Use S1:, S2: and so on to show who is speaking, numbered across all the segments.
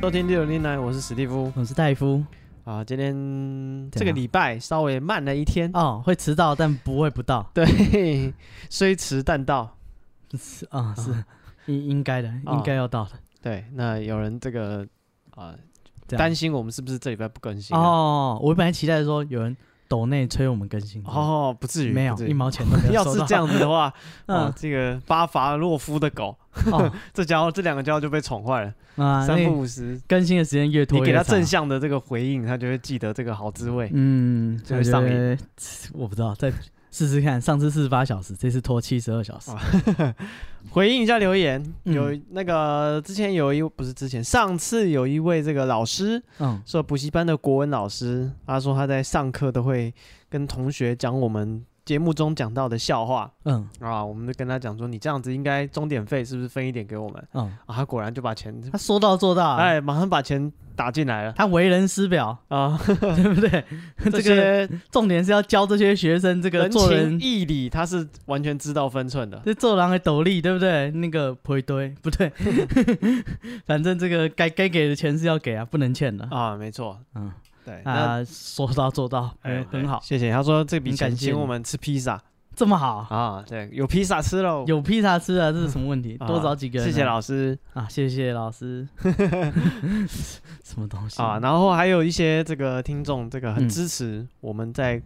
S1: 收听六零来，我是史蒂夫
S2: 我是戴夫
S1: 啊。今天这
S2: 怎
S1: 个
S2: 样
S1: 礼拜稍微慢了一天，
S2: 哦，会迟到但不会不到，
S1: 对，虽迟但到。
S2: 是啊、是应应该的，
S1: 哦
S2: 应该要到的。
S1: 对，那有人这个啊、
S2: 这样
S1: 担心我们是不是这礼拜不更新、啊？
S2: 哦，我本来期待说有人抖内催我们更新，哦，
S1: 哦，不至于，
S2: 没有
S1: 不至于
S2: 一毛钱 都没有。
S1: 要是这，样子的话，啊
S2: 嗯，
S1: 这个巴伐洛夫的狗，
S2: 哦
S1: 这家伙这两个家伙就被宠坏了，
S2: 啊，
S1: 三
S2: 那
S1: 不五时。
S2: 更新的时间越拖
S1: 你
S2: 越
S1: 给他
S2: 长
S1: 正，向的这个回应，他就会记得这个好滋味。
S2: 嗯，
S1: 就会上瘾
S2: 瘾。我不知道，再试试看。上次四十八小时，这次拖七十二小时
S1: 哦。回应一下留言，
S2: 嗯
S1: 有那个之前有一不是之前，上次有一位这个老师，
S2: 嗯，
S1: 说补习班的国文老师，他说他在上课都会跟同学讲我们节目中讲到的笑话
S2: 嗯
S1: 啊，我们就跟他讲说你这样子应该钟点费是不是分一点给我们
S2: 嗯，
S1: 啊？他果然就把 钱，
S2: 他说到做到、啊，哎，
S1: 哎，马上把钱打进来了
S2: 他为人师表，
S1: 啊！
S2: 对不对？
S1: 这
S2: 这个
S1: 些
S2: 重点是要教这些学生这个
S1: 人
S2: 做
S1: 情
S2: 人
S1: 义理，他是完全知道分 寸的。
S2: 这做狼的斗笠，对不对？那个不会堆，不 对，反正这个该该给的钱是要给啊，不能欠的啊。
S1: 啊，没错，
S2: 嗯
S1: 对，那
S2: 啊，说到做到，
S1: 哎
S2: 嗯，很好，
S1: 谢谢。他说这笔
S2: 很
S1: 钱
S2: 感谢
S1: 请
S2: 你
S1: 我们吃披萨
S2: 这么好，
S1: 啊，对，有披萨吃喽。
S2: 有披萨吃啊，这是什么问题？
S1: 啊
S2: 多找几个人啊，
S1: 谢谢老师
S2: 啊，谢谢老师。 什么东西
S1: 啊，？然后还有一些这个听众，这个很
S2: 嗯
S1: 支持我们在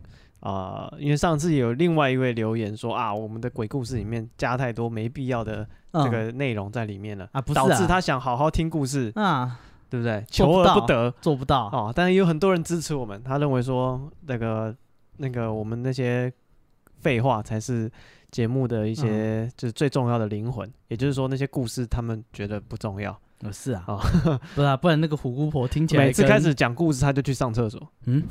S1: 啊、因为上次有另外一位留言说啊，我们的鬼故事里面加太多没必要的
S2: 嗯
S1: 啊这个内容在里面了，
S2: 啊不是
S1: 导致
S2: 啊
S1: 他想好好听故事，
S2: 啊，
S1: 对不 对？
S2: 做
S1: 求
S2: 不
S1: 而不
S2: 到
S1: 得
S2: 做不到
S1: 啊，但是有很多人支持我们，他认为说那个那个我们那些废话才是。节目的一些
S2: 嗯
S1: 就是最重要的灵魂，也就是说那些故事他们觉得不重要。
S2: 呃是啊
S1: 哦，
S2: 不是啊，不然那个虎姑婆听起来
S1: 每次
S2: 跟
S1: 开始讲故事他就去上厕所，
S2: 嗯，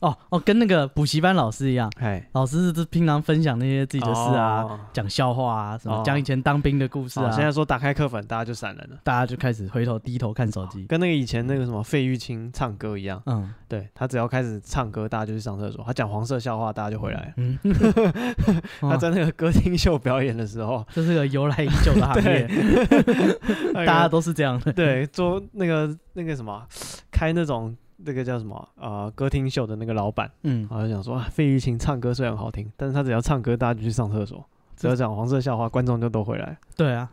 S2: 哦哦，跟那个补习班老师一样，
S1: 哎，
S2: 老师是平常分享那些自己的事啊，
S1: 哦
S2: 讲笑话啊，什
S1: 哦
S2: 么讲以前当兵的故事
S1: 哦
S2: 啊，
S1: 现在说打开课本，大家就闪人了，
S2: 大家就开始回头低头看手机。
S1: 跟那个以前那个什么费玉清唱歌一样。
S2: 嗯
S1: 对他只要开始唱歌，大家就去上厕所。他讲黄色笑话，大家就回来了。
S2: 嗯，
S1: 他
S2: 哦
S1: 在 那个歌厅秀表演的时 候，
S2: 这是个由来已久的行业，
S1: 大
S2: 大家都是这 样的。
S1: 对做那个那个什么，开那种那个叫什么呃歌厅秀的那个老板，
S2: 嗯，
S1: 然后就想说啊，费玉清唱歌虽然好听，但是他只要唱歌，大家就去上厕所。只要讲黄色笑话，观众就都回来。
S2: 对啊，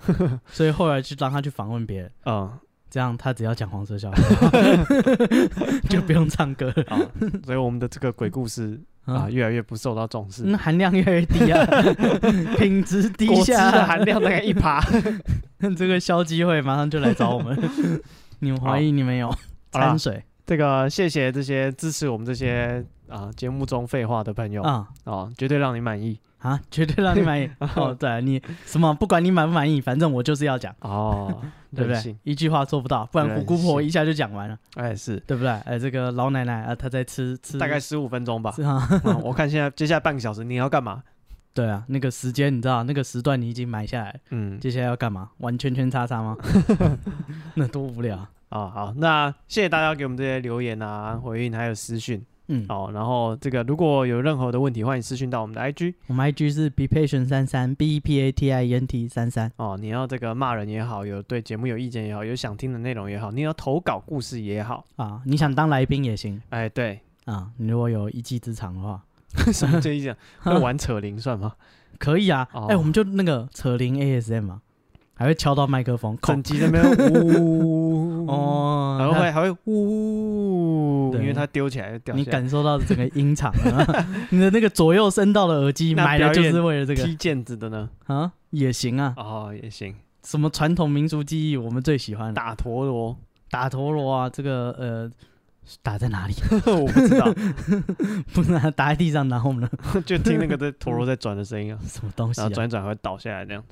S2: 所以后来就让他去访问别人，
S1: 嗯，
S2: 这样他只要讲黄 色笑话，就不用唱歌了
S1: 啊，所以我们的这个鬼故事 啊、
S2: 啊。
S1: 越来越不受到重视。
S2: 那含量越来越低 啊，品质低
S1: 果汁
S2: 下，
S1: 的含量大概一趴。
S2: 这个消基会马上就来找 我们。你们怀疑你们有
S1: 好啦
S2: 掺水
S1: 这个谢谢这些支持我们这些啊节、目中废话的朋友啊、
S2: 啊？
S1: 绝对让你满意
S2: 啊，绝对让你 满意哦！对你什么，不管你满不满意，反正我就是要讲，
S1: 哦，
S2: 对不
S1: 任
S2: 对
S1: 性？
S2: 一句话做不到，不然
S1: 任
S2: 虎姑婆
S1: 性
S2: 一下就讲完了，
S1: 哎是，
S2: 对不对？哎，这个老奶奶啊，她在吃吃，
S1: 大概十五分钟吧、
S2: 是啊，
S1: 嗯我看现在接下来半个小时你要干嘛？
S2: 对啊，那个时间你知道，那个时段你已经买下来，
S1: 嗯
S2: 接下来要干嘛？玩圈圈叉叉吗？ 那多无聊啊！
S1: 啊、好，那谢谢大家给我们这些留言啊、回应还有私讯
S2: 嗯，
S1: 哦。然后这个如果有任何的问题，欢迎私讯到我们的 IG
S2: 我们 IG 是 be patient 三三 b e p a t i e n t 三三，
S1: 哦。你要这个骂人也好，有对节目有意见也好，有想听的内容也好，你要投稿故事也好，
S2: 啊，你想当来宾也行
S1: 哎对，
S2: 啊，你如果有一技之长的话，
S1: 什么建议 讲？会玩扯铃算吗？
S2: 可以啊。
S1: 哦
S2: 哎，我们就那个扯铃 ASM 嘛，啊还会敲到麦克风，
S1: 整集在那边 呜
S2: 哦，
S1: 还会
S2: 那
S1: 还会呜，
S2: 对
S1: 因为它丢起来就掉
S2: 你
S1: 下来，
S2: 感受到整个音场了， 你的那个左右声道的耳机
S1: 那
S2: 买的
S1: 表
S2: 就
S1: 演
S2: 是为了这个
S1: 踢毽子的呢？
S2: 啊，也行啊。
S1: 哦，也行，
S2: 什么传统民俗技艺我们最喜欢了，
S1: 打陀螺
S2: 打陀螺啊，这个呃打在哪里？
S1: 我不知 道，
S2: 不是啊打在地上，然后呢？
S1: 就听那个在陀螺在转的声音 啊，
S2: 什么东西
S1: 然
S2: 啊
S1: 后？转一转还会倒下来这样。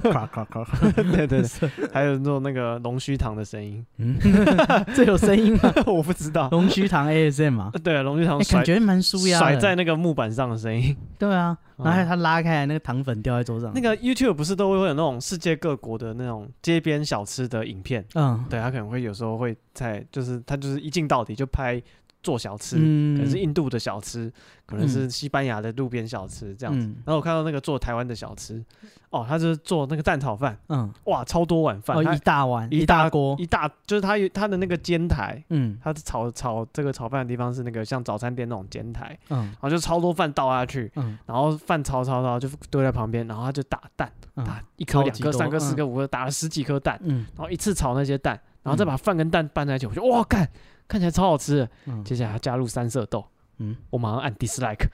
S2: 咔咔咔咔，
S1: 对 对对， 还有那种那个龙须糖的声音，
S2: 嗯， 这有声音吗？
S1: 我不知道。
S2: 龙须堂 ASM 啊，
S1: 对，龙须糖
S2: 哎
S1: 哦甩
S2: 感觉蛮舒压的。
S1: 甩在那个木板上的声 音。
S2: 对啊，然后还有他拉开来那个糖粉掉在桌上，
S1: 那个 YouTube 不是都会有那种世界各国的那种街边小吃的影片？
S2: 嗯
S1: 对，他可能会有时候会在，就是他就是一镜到底就拍做小吃，可能
S2: 嗯
S1: 是印度的小吃，可能是
S2: 嗯
S1: 西班牙的路边小吃这样子。
S2: 嗯
S1: 然后我看到那个做台湾的小吃，哦，他就是做那个蛋炒饭，
S2: 嗯，
S1: 哇，超多碗饭，
S2: 哦
S1: 他
S2: 一大碗
S1: 一
S2: 大
S1: 大
S2: 锅，
S1: 一大就是他有他的那个煎台，
S2: 嗯
S1: 他炒炒这个炒饭的地方是那个像早餐店那种煎台，
S2: 嗯
S1: 然后就超多饭倒下去，
S2: 嗯
S1: 然后饭炒炒炒就堆在旁边，然后他就打蛋，
S2: 嗯
S1: 打一颗、
S2: 超
S1: 两
S2: 级
S1: 颗、三
S2: 多
S1: 颗、四
S2: 嗯
S1: 颗、五颗，打了十几颗蛋，
S2: 嗯
S1: 然后一次炒那些蛋，然后再把饭跟蛋拌在一起，我觉得哇干，看起来超好吃的。
S2: 嗯
S1: 接下来还加入三色豆，
S2: 嗯，
S1: 我马上按 dislike，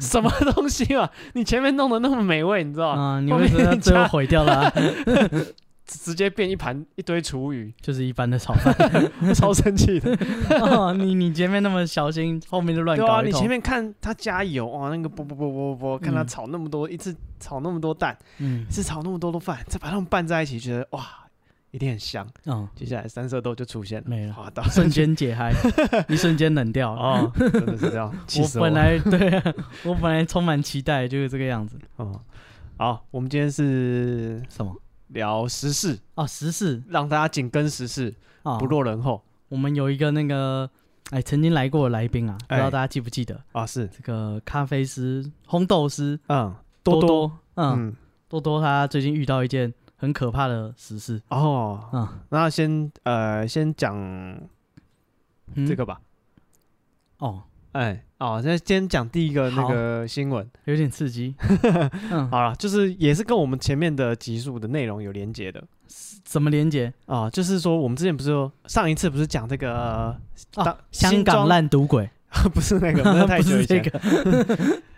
S1: 什么东西啊？你前面弄得那么美味，你知道吗？
S2: 啊，你
S1: 后
S2: 为什么
S1: 面
S2: 要最后
S1: 加
S2: 毁掉了 啊？
S1: 直接变一盘一堆厨余，
S2: 就是一般的炒饭。
S1: 我超生气的。
S2: 哦，你你前面那么小心，后面就乱
S1: 对
S2: 搞
S1: 啊，
S2: 一
S1: 你
S2: 通
S1: 前，面看他加油哇，那个啵啵啵啵啵啵，看他
S2: 嗯
S1: 炒那么多，一次炒那么多蛋，
S2: 嗯
S1: 一次炒那么多的饭，再把它们拌在一起，觉得哇，一定很香。
S2: 嗯，
S1: 接下来三色豆就出现了，
S2: 没了
S1: 哇，到
S2: 瞬间解嗨， 一瞬间冷掉 了。
S1: 哦， 真的是这样，气死
S2: 我本来 对啊，我本来充满期待，就是这个样子。
S1: 哦，好，我们今天是
S2: 什么？
S1: 聊时事，
S2: 哦，时事
S1: 让大家紧跟时事，
S2: 啊，
S1: 不落人后
S2: 我们有一个那个，哎，曾经来过的来宾啊，不知道
S1: 哎
S2: 大家记不记得？
S1: 啊，是，
S2: 这个咖啡师、烘豆师
S1: 嗯，
S2: 多
S1: 多，
S2: 多，嗯，
S1: 嗯，
S2: 多多他最近遇到一件很可怕的时事，
S1: 哦，
S2: 嗯，
S1: 那先呃，先讲
S2: 嗯
S1: 这个吧，
S2: 哦，
S1: 哎，哦，那先讲第一个那
S2: 好
S1: 个新闻，
S2: 有点 刺激，嗯，
S1: 好了，就是也是跟我们前面的集数的内容有连接的
S2: 怎么连接？
S1: 啊，就是说我们之前不是有上一次不是讲这个、
S2: 哦
S1: 当，
S2: 香
S1: 新
S2: 港
S1: 装
S2: 烂赌鬼，
S1: 不是啊那个，不是太
S2: 不
S1: 久
S2: 是
S1: 以
S2: 这
S1: 前，
S2: 个，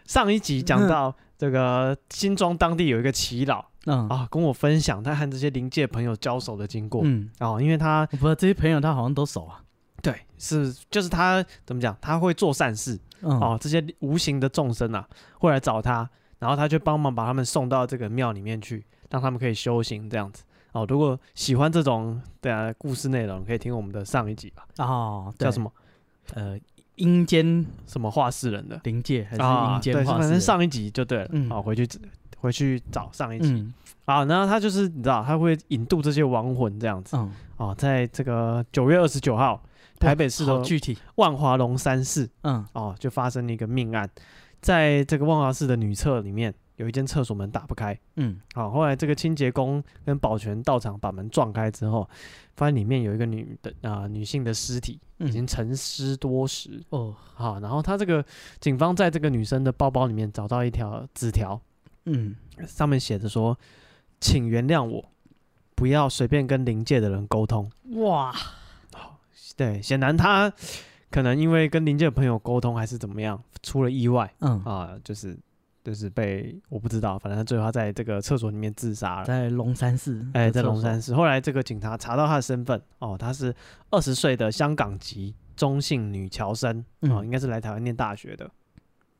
S1: 上一集讲到这个新庄当地有一个耆老
S2: 嗯
S1: 啊，跟我分享他和这些灵界朋友交手的经过。
S2: 嗯，
S1: 哦，因为他
S2: 我不知道这些朋友他好像都熟啊，
S1: 对是就是他怎么讲，他会做善事
S2: 嗯，
S1: 哦，这些无形的众生啊会来找他，然后他就帮忙把他们送到这个庙里面去，让他们可以修行这样子。哦，如果喜欢这种的故事内容，可以听我们的上一集吧，
S2: 哦，
S1: 叫
S2: 对
S1: 什？么
S2: 呃，阴间
S1: 什么画室人的
S2: 灵界还是
S1: 啊，
S2: 阴
S1: 对，
S2: 间化？
S1: 反正，上一集就对了。
S2: 嗯
S1: 哦，回去回去找上一集。
S2: 嗯
S1: 啊，然后他就是你知道，他会引渡这些亡魂这样子
S2: 嗯，
S1: 哦，在这个九月二十九号，台北市
S2: 好
S1: 的
S2: 具体，
S1: 万华龙山寺
S2: 嗯
S1: 哦，就发生了一个命案，在这个万华市的女厕里面有一间厕所门打不开，
S2: 嗯
S1: 好、后来这个清洁工跟保全到场把门撞开之后，发现里面有一个女的啊、女性的尸体已
S2: 嗯，
S1: 经沉尸多时，
S2: 哦，
S1: 好、然后他这个警方在这个女生的包包里面找到一条纸条，
S2: 嗯
S1: 上面写着说：“请原谅我，不要随便跟灵界的人沟通。
S2: 哇，”
S1: 对，显然他可能因为跟灵界的朋友沟通还是怎么样，出了意外
S2: 嗯，
S1: 啊、就是就是被我不知道，反正他最后他在这个厕所里面自杀了。
S2: 在龙山寺，
S1: 哎，在龙山，市。后来这个警察查到他的身份，哦，她是二十岁的香港籍中性女侨生，哦，
S2: 嗯
S1: 应该是来台湾念大学的。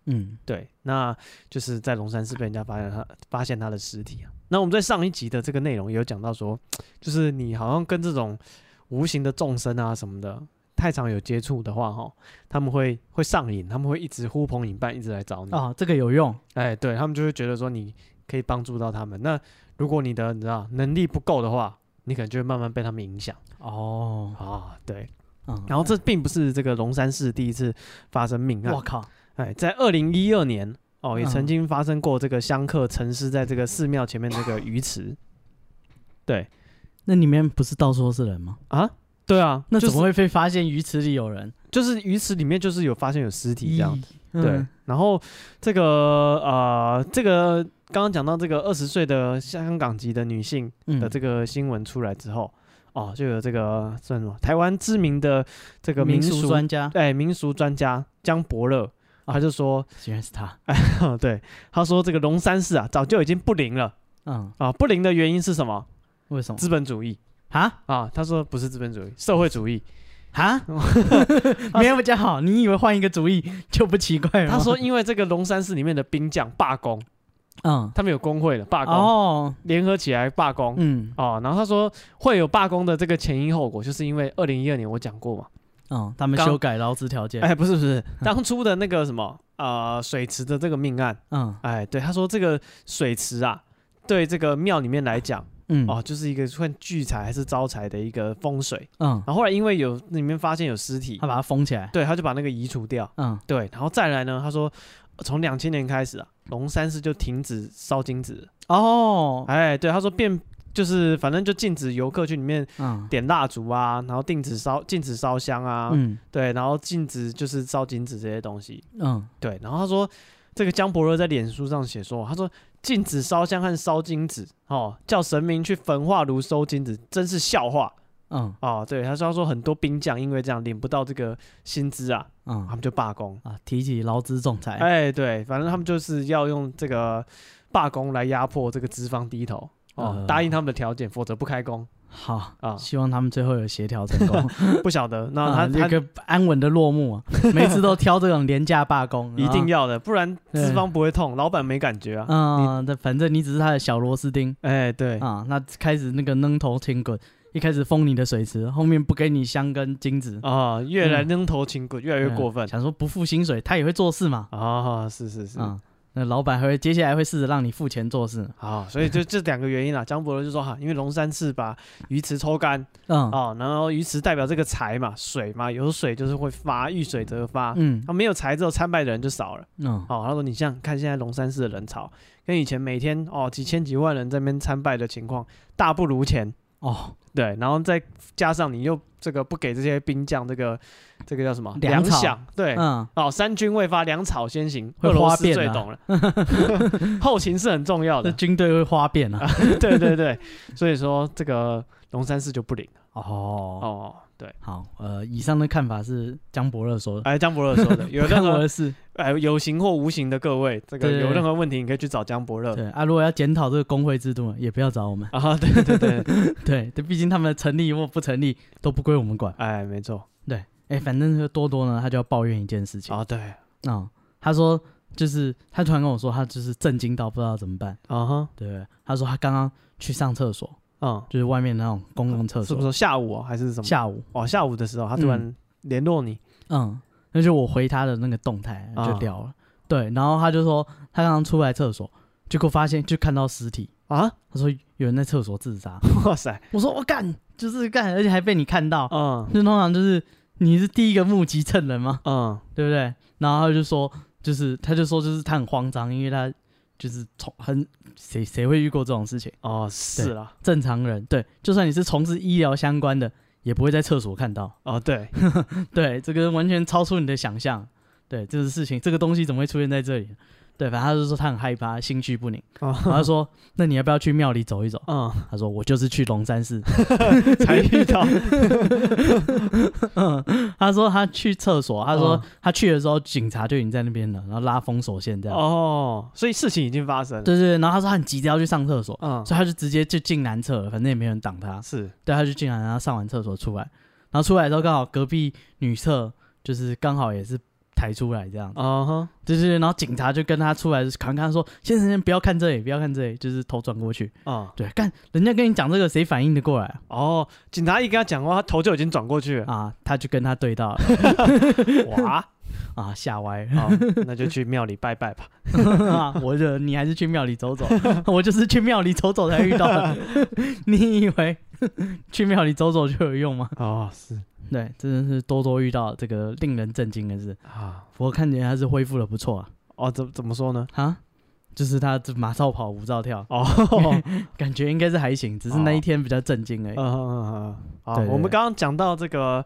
S2: 嗯
S1: 对，那就是在龙山寺被人家发现他发现他的尸体啊。那我们在上一集的这个内容也有讲到说，就是你好像跟这种无形的众生啊什么的太常有接触的话，哈，他们会会上瘾，他们会一直呼朋引伴，一直来找你。
S2: 哦，这个有用，
S1: 哎，对他们就会觉得说你可以帮助到他们。那如果你的你知道能力不够的话，你可能就会慢慢被他们影响
S2: 哦，
S1: 啊。对，
S2: 嗯，
S1: 然后这并不是这个龙山寺第一次发生命案
S2: 我，靠，
S1: 哎，在二零一二年哦，也曾
S2: 嗯
S1: 经发生过这个香客沉尸在这个寺庙前面这个鱼池。对
S2: 那里面不是到处都是人吗？
S1: 啊，对啊，
S2: 那
S1: 就
S2: 怎么
S1: 是
S2: 会被发现鱼池里有人？
S1: 就是鱼池里面就是有发现有尸体这样
S2: 咦
S1: 子。，对
S2: 嗯，
S1: 然后这个呃，这个刚刚讲到这个二十岁的香港籍的女性
S2: 嗯
S1: 的这个新闻出来之后，哦，就有这个算什么台湾知名的这个
S2: 民
S1: 民
S2: 俗
S1: 俗
S2: 专家，
S1: 哎民俗专家江伯乐，啊他就说，
S2: 居然是他，
S1: 对，他说这个龙山寺啊早就已经不灵了。
S2: 嗯，
S1: 啊，不灵的原因是什么？
S2: 为什么？
S1: 资本主义。
S2: 哈
S1: 啊，他说不是资本主义，社会主 义。
S2: 哈，没有比较好。你以为换一个主意就不奇怪了吗？
S1: 他说，因为这个龙山寺里面的兵将罢工，
S2: 嗯，
S1: 他们有工会的罢工，
S2: 哦，
S1: 联合起来罢工。
S2: 嗯，
S1: 哦，然后他说会有罢工的这个前因后果，就是因为二零一二年我讲过 嘛，
S2: 哦，他们
S1: 刚
S2: 修改劳资条件，
S1: 哎，不是不是， 当初的那个什么呃水池的这个命案，
S2: 嗯
S1: 哎，对，他说这个水池啊，对这个庙里面来讲，
S2: 嗯
S1: 哦，就是一个算聚财还是招财的一个风水。
S2: 嗯，
S1: 然后后来因为有里面发现有尸体
S2: 他，把它封起来，
S1: 对，他就把那个移除掉。
S2: 嗯
S1: 对，然后再来呢，他说从两千年开始啊，龙山寺就停止烧金纸了。
S2: 哦，
S1: 哎，对，他说变就是反正就禁止游客去里面
S2: 嗯
S1: 点蜡烛啊，然后禁止烧禁止烧香啊，
S2: 嗯
S1: 对，然后禁止就是烧金纸这些东西。
S2: 嗯
S1: 对，然后他说，这个江伯乐在脸书上写说，他说禁止烧香和烧金纸，哦，叫神明去焚化炉收金纸，真是笑话
S2: 嗯
S1: 哦。对，他说他说很多兵将因为这样领不到这个薪资啊，
S2: 嗯
S1: 他们就罢工。
S2: 啊，提起劳资仲裁，
S1: 哎，对，反正他们就是要用这个罢工来压迫这个资方低头哦，
S2: 呃
S1: 答应他们的条件，否则不开工
S2: 好，。
S1: 啊
S2: 希望他们最后有协调成 功，
S1: 不晓得，那他、
S2: 啊有
S1: 他
S2: 一个安稳的落幕啊。每次都挑这种廉价罢工，
S1: 一定
S2: 要。
S1: 要的，不然资方不会痛，老板没感觉啊。
S2: 嗯，那反正你只是他的小螺丝钉
S1: 哎，对，
S2: 啊。那开始那个扔头轻滚，一开始封你的水池，后面不给你香跟金子，
S1: 啊、越来
S2: 嗯
S1: 扔头轻滚，越来越过分
S2: 嗯。想说不付薪水，他也会做事嘛。
S1: 啊、是是是，
S2: 啊，那老板还会接下来会试着让你付钱做事。
S1: 好，所以就这两个原因啦。江伯伦就说哈，因为龙山寺把鱼池抽干
S2: 嗯
S1: 哦，然后鱼池代表这个财嘛，水嘛，有水就是会发，遇水则发。
S2: 嗯
S1: 啊，没有财之后参拜的人就少了。
S2: 嗯
S1: 哦，他说你像看现在龙山寺的人潮，跟以前每天哦几千几万人在那边参拜的情况大不如前。
S2: 哦，
S1: 对，然后再加上你又这个不给这些兵将这个这个叫什么
S2: 粮草
S1: 饷，对，
S2: 嗯
S1: 哦，三军未发，粮草先行。
S2: 会
S1: 俄罗斯
S2: 花变
S1: 最
S2: 啊
S1: 懂了， 后勤是很重要
S2: 那
S1: 的。
S2: 军队会花变啊。
S1: 对对对，所以说这个龙山寺就不灵了。
S2: 哦，
S1: 哦，对，
S2: 好，呃，以上的看法是江伯乐说的，
S1: 哎，江伯乐说的，有
S2: 不干
S1: 任
S2: 我
S1: 何
S2: 的事。
S1: 哎有形或无形的各位，这个
S2: 对对
S1: 有
S2: 对
S1: 任何问题，你可以去找江伯乐。
S2: 对啊，如果要检讨这个工会制度，也不要找我们。
S1: 啊，对对对，对
S2: 对，这毕竟他们的成立或不成立都不归我们管。
S1: 哎，没错。
S2: 对，哎，反正这个多多呢，他就要抱怨一件事情。
S1: 啊，对，
S2: 嗯，他说就是他突然跟我说，他就是震惊到不知道怎么办。
S1: 啊哈，
S2: 对，他说他刚刚去上厕所，
S1: 嗯，
S2: 就是外面那种公共厕
S1: 是
S2: 所
S1: 不，是下午哦还是什么？
S2: 下午，
S1: 哦，下午的时候，他突然联络你
S2: 嗯，那就我回他的那个动态
S1: 啊
S2: 就聊了，对，然后他就说他刚刚出来厕所，结果发现就看到尸体，
S1: 啊，
S2: 他说有人在厕所自杀，
S1: 哇塞，
S2: 我说我干，就是干，而且还被你看到，
S1: 嗯
S2: 就通常就是你是第一个目击证人吗？
S1: 嗯，
S2: 对不对？然后他就说，就是他就说，就是他很慌张，因为他就是从很谁谁会遇过这种事情？
S1: 哦，是啦，
S2: 正常人对，就算你是从事医疗相关的，也不会在厕所看到。
S1: 哦，对，
S2: 对，这个完全超出你的想象。对，这个事情，这个东西怎么会出现在这里？对，反正他就说他很害怕，心绪不宁。
S1: 哦
S2: 然后他说：“那你要不要去庙里走一走
S1: 嗯，？”
S2: 他说：“我就是去龙山寺。
S1: 才遇到，
S2: 他说他去厕所，他说
S1: 嗯
S2: 他去的时候警察就已经在那边了，然后拉封锁线这 样。
S1: 哦，所以事情已经发生了，
S2: 啊对对对，然后他说他很急着要去上厕所，
S1: 嗯，
S2: 所以他就直接就进男厕了，反正也没有人挡他，
S1: 是，
S2: 对，他就进来，然后上完厕所出来，然后出来之后刚好隔壁女厕就是刚好也是抬出来这样，
S1: 啊哈，
S2: 对对对，然后警察就跟他出来扛看说，先生先生不要看这里，不要看这里，就是头转过去，
S1: 嗯。
S2: 对，干人家跟你讲这个谁反应得过来啊
S1: 哦，警察一跟他讲话，他头就已经转过去了。
S2: 啊？他就跟他对到了
S1: 哇，
S2: 啊，吓歪了， 啊
S1: 好，那就去庙里拜拜吧。
S2: 我就你还是去庙里走 走，我就是去庙里走走才遇到的， 你以为去庙里走走就有用吗？
S1: 哦，是
S2: 对，真的是多多遇到这个令人震惊的事。
S1: 啊，
S2: 不过看起来他是恢复的不错啊，
S1: 哦，怎怎么说呢？
S2: 哈，就是他这马照跑，舞照跳，
S1: 哦，
S2: 感觉应该是还行，只是那一天比较震惊而
S1: 嗯
S2: 已。
S1: 嗯嗯嗯，好，
S2: 对对
S1: 我们刚刚讲到这个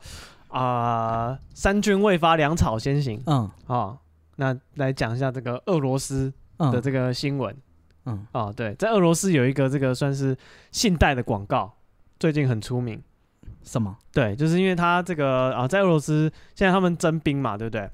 S1: 啊、三军未发，粮草先行
S2: 嗯
S1: 啊、哦那来讲一下这个俄罗斯的
S2: 嗯
S1: 这个新闻
S2: 嗯
S1: 啊、哦对，在俄罗斯有一个这个算是信贷的广告，最近很出名。
S2: 什么？
S1: 对，就是因为他这个啊，在俄罗斯现在他们征兵嘛，对不对？